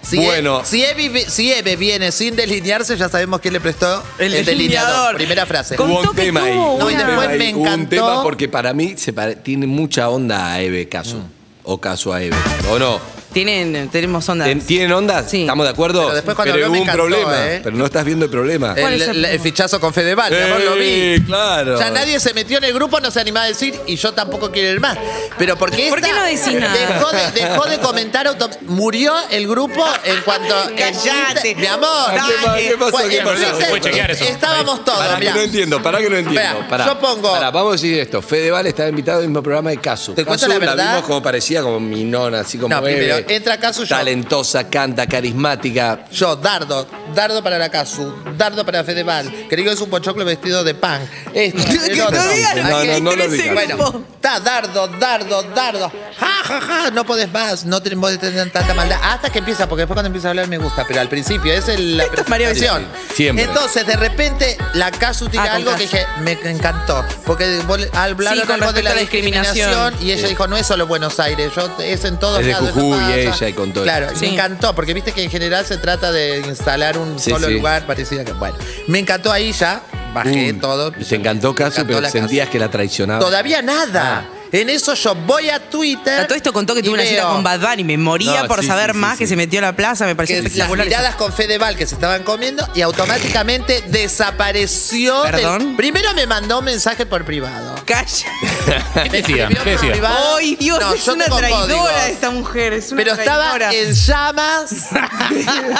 Speaker 7: si
Speaker 3: Bueno.
Speaker 7: bueno. si Eve, vi- si Eve viene sin delinearse, ya sabemos quién le prestó
Speaker 5: El delineador.
Speaker 7: el, delineador. Primera frase.
Speaker 5: Con-
Speaker 3: Hubo
Speaker 5: Contó
Speaker 3: un
Speaker 5: que
Speaker 3: tema ahí.
Speaker 5: tuvo
Speaker 3: hubo
Speaker 7: una-
Speaker 3: un tema
Speaker 7: Después me
Speaker 3: ahí, hubo un
Speaker 7: encantó.
Speaker 3: tema porque para mí se pare- tiene mucha onda a Eve Caso.
Speaker 7: Mm.
Speaker 3: O Caso a Eve. ¿O no?
Speaker 5: tienen, tenemos onda.
Speaker 3: ¿Tien- ¿Tienen onda?
Speaker 5: Sí.
Speaker 3: ¿Estamos de acuerdo?
Speaker 7: Pero después cuando habló
Speaker 3: hubo
Speaker 7: me
Speaker 3: un
Speaker 7: encantó,
Speaker 3: problema.
Speaker 7: ¿eh?
Speaker 3: Pero no estás viendo el problema.
Speaker 5: ¿Cuál es el
Speaker 7: El, el- el
Speaker 5: problema?
Speaker 7: fichazo con Fedeval, mi amor, lo
Speaker 3: Eh,
Speaker 7: vi.
Speaker 3: claro.
Speaker 7: Ya nadie se metió en el grupo, no se animaba a decir, y yo tampoco quiero ir más. Pero porque
Speaker 5: ¿Por
Speaker 7: esta
Speaker 5: qué no decís nada?
Speaker 7: Dejó de, dejó de comentar, auto- murió el grupo en cuanto... en
Speaker 5: Callate.
Speaker 7: Twitter- Mi amor,
Speaker 5: Dale.
Speaker 3: Ah, ¿Qué pasó?
Speaker 7: Bueno,
Speaker 3: ¿Qué
Speaker 7: en
Speaker 3: pasó?
Speaker 7: Twitter
Speaker 4: Se puede chequear eso.
Speaker 7: Estábamos todos,
Speaker 3: Pará, que
Speaker 7: mirá.
Speaker 3: no entiendo, pará que no entiendo.
Speaker 7: Mirá,
Speaker 3: pará.
Speaker 7: yo pongo-
Speaker 3: Pará, vamos a decir esto. Fedeval estaba invitado al mismo programa de Casu.
Speaker 7: ¿Te cuento
Speaker 3: Casu
Speaker 7: la verdad?
Speaker 3: vimos como parecía, como minona, así como.
Speaker 7: No, primero,
Speaker 3: Eve.
Speaker 7: entra Casu, yo.
Speaker 3: Talentosa, canta, carismática.
Speaker 7: Yo, dardo, dardo para la Casu, dardo para Fedeval. Creo que es un pochoclo vestido de pan. Esto, el
Speaker 5: Que
Speaker 7: otro.
Speaker 5: no digan,
Speaker 3: No,
Speaker 5: que
Speaker 3: no, no lo
Speaker 5: interese
Speaker 3: digan.
Speaker 5: el grupo.
Speaker 7: Bueno, está dardo, dardo, dardo. Ja, ja, ja, no podés más, no tenemos que tener tanta maldad. Hasta que empieza, porque después cuando empieza a hablar me gusta, pero al principio es el, la
Speaker 5: es María
Speaker 7: presentación.
Speaker 3: Becerra. Siempre.
Speaker 7: Entonces, de repente, la Casu tira
Speaker 5: Ah, con
Speaker 7: algo que
Speaker 5: Casu.
Speaker 7: dije, me encantó. Porque vos le- hablaron
Speaker 5: Sí, con
Speaker 7: algo
Speaker 5: respecto
Speaker 7: de la
Speaker 5: a la
Speaker 7: discriminación,
Speaker 5: discriminación.
Speaker 7: y ella dijo, no es solo Buenos Aires, yo, es en todos
Speaker 3: Es de
Speaker 7: lados. eso
Speaker 3: Jujuy,
Speaker 7: pasa".
Speaker 3: ella y con todo.
Speaker 7: Claro, y
Speaker 5: Sí.
Speaker 7: me encantó, porque viste que en general se trata de instalar un
Speaker 3: Sí,
Speaker 7: solo
Speaker 3: sí.
Speaker 7: lugar parecido a que. Bueno, me encantó ahí ya, bajé
Speaker 3: Mm.
Speaker 7: todo.
Speaker 3: Y Te encantó Casu,
Speaker 7: encantó
Speaker 3: pero
Speaker 7: la
Speaker 3: sentías
Speaker 7: Casu.
Speaker 3: que la traicionaba.
Speaker 7: Todavía nada.
Speaker 3: Ah.
Speaker 7: En eso yo voy a Twitter.
Speaker 5: A Ah, todo esto contó que
Speaker 7: y
Speaker 5: tuve una cita
Speaker 7: veo
Speaker 5: con Bad Bunny. Me moría
Speaker 3: No,
Speaker 5: por
Speaker 3: sí,
Speaker 5: saber
Speaker 3: sí, sí,
Speaker 5: más
Speaker 3: sí.
Speaker 5: que se metió a la plaza. Me pareció
Speaker 7: que las
Speaker 5: espectacular. eso.
Speaker 7: miradas con Fedeval que se estaban comiendo y automáticamente desapareció. del-
Speaker 5: ¿Perdón?
Speaker 7: Primero me mandó un mensaje por privado.
Speaker 5: Calla.
Speaker 4: ¿Qué decía?
Speaker 7: escribió
Speaker 4: ¿Qué
Speaker 7: por
Speaker 4: decía?
Speaker 7: privado.
Speaker 5: ¡Ay, Dios!
Speaker 7: No,
Speaker 5: es
Speaker 7: yo
Speaker 5: una
Speaker 7: tengo
Speaker 5: traidora
Speaker 7: códigos.
Speaker 5: esta mujer. Es una
Speaker 7: Pero estaba
Speaker 5: traidora.
Speaker 7: en llamas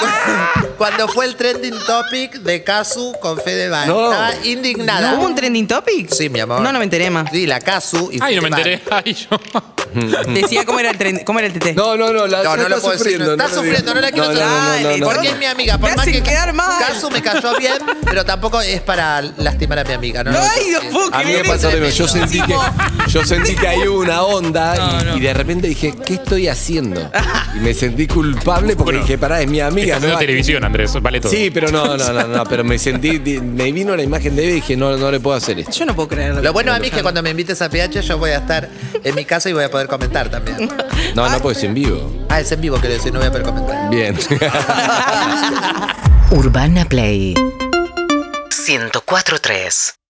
Speaker 7: cuando fue el trending topic de Casu con Fedeval.
Speaker 3: No.
Speaker 7: Estaba indignada.
Speaker 5: ¿No hubo un trending topic?
Speaker 7: Sí, mi amor.
Speaker 5: No, no me enteré más.
Speaker 7: Sí, la Casu y
Speaker 4: Ay, no me
Speaker 7: Fedeval.
Speaker 4: enteré. Ay, yo.
Speaker 5: Decía cómo era el, trend- cómo era el TT.
Speaker 3: No, no, no, la,
Speaker 7: No,
Speaker 3: ya
Speaker 7: no lo
Speaker 3: está
Speaker 7: puedo decir,
Speaker 3: sufriendo.
Speaker 7: no, está
Speaker 3: lo
Speaker 7: sufriendo,
Speaker 3: digo.
Speaker 7: no la quiero
Speaker 3: no, no, no,
Speaker 5: Dale,
Speaker 3: no, no.
Speaker 7: Porque es mi amiga,
Speaker 5: Me
Speaker 7: por más
Speaker 5: hacen
Speaker 7: que
Speaker 5: quedar mal.
Speaker 7: Casu me cayó bien, pero tampoco es para lastimar a mi amiga. No,
Speaker 5: ¡Ay, no puedo
Speaker 3: A mí me
Speaker 5: creer
Speaker 3: pasó
Speaker 5: eso.
Speaker 3: lo mismo. Yo sentí que, yo sentí que hay una onda y, y de repente dije, ¿qué estoy haciendo? Y me sentí culpable porque
Speaker 4: Bueno,
Speaker 3: dije, pará, es mi amiga.
Speaker 4: Estás haciendo
Speaker 3: va-
Speaker 4: televisión, Andrés. Vale todo.
Speaker 3: Sí, pero no, no, no, no, pero me sentí, di- me vino la imagen de Eve y dije, no, no le puedo hacer esto.
Speaker 5: Yo no puedo creerlo.
Speaker 7: Lo bueno a mí es que cuando me invites a PH yo voy a estar en mi casa y voy a poder comentar también.
Speaker 3: No, no, pues en vivo.
Speaker 7: Ah, es en vivo, quiero decir, no voy a poder comentar.
Speaker 3: Bien.
Speaker 9: Urbana Play 104.3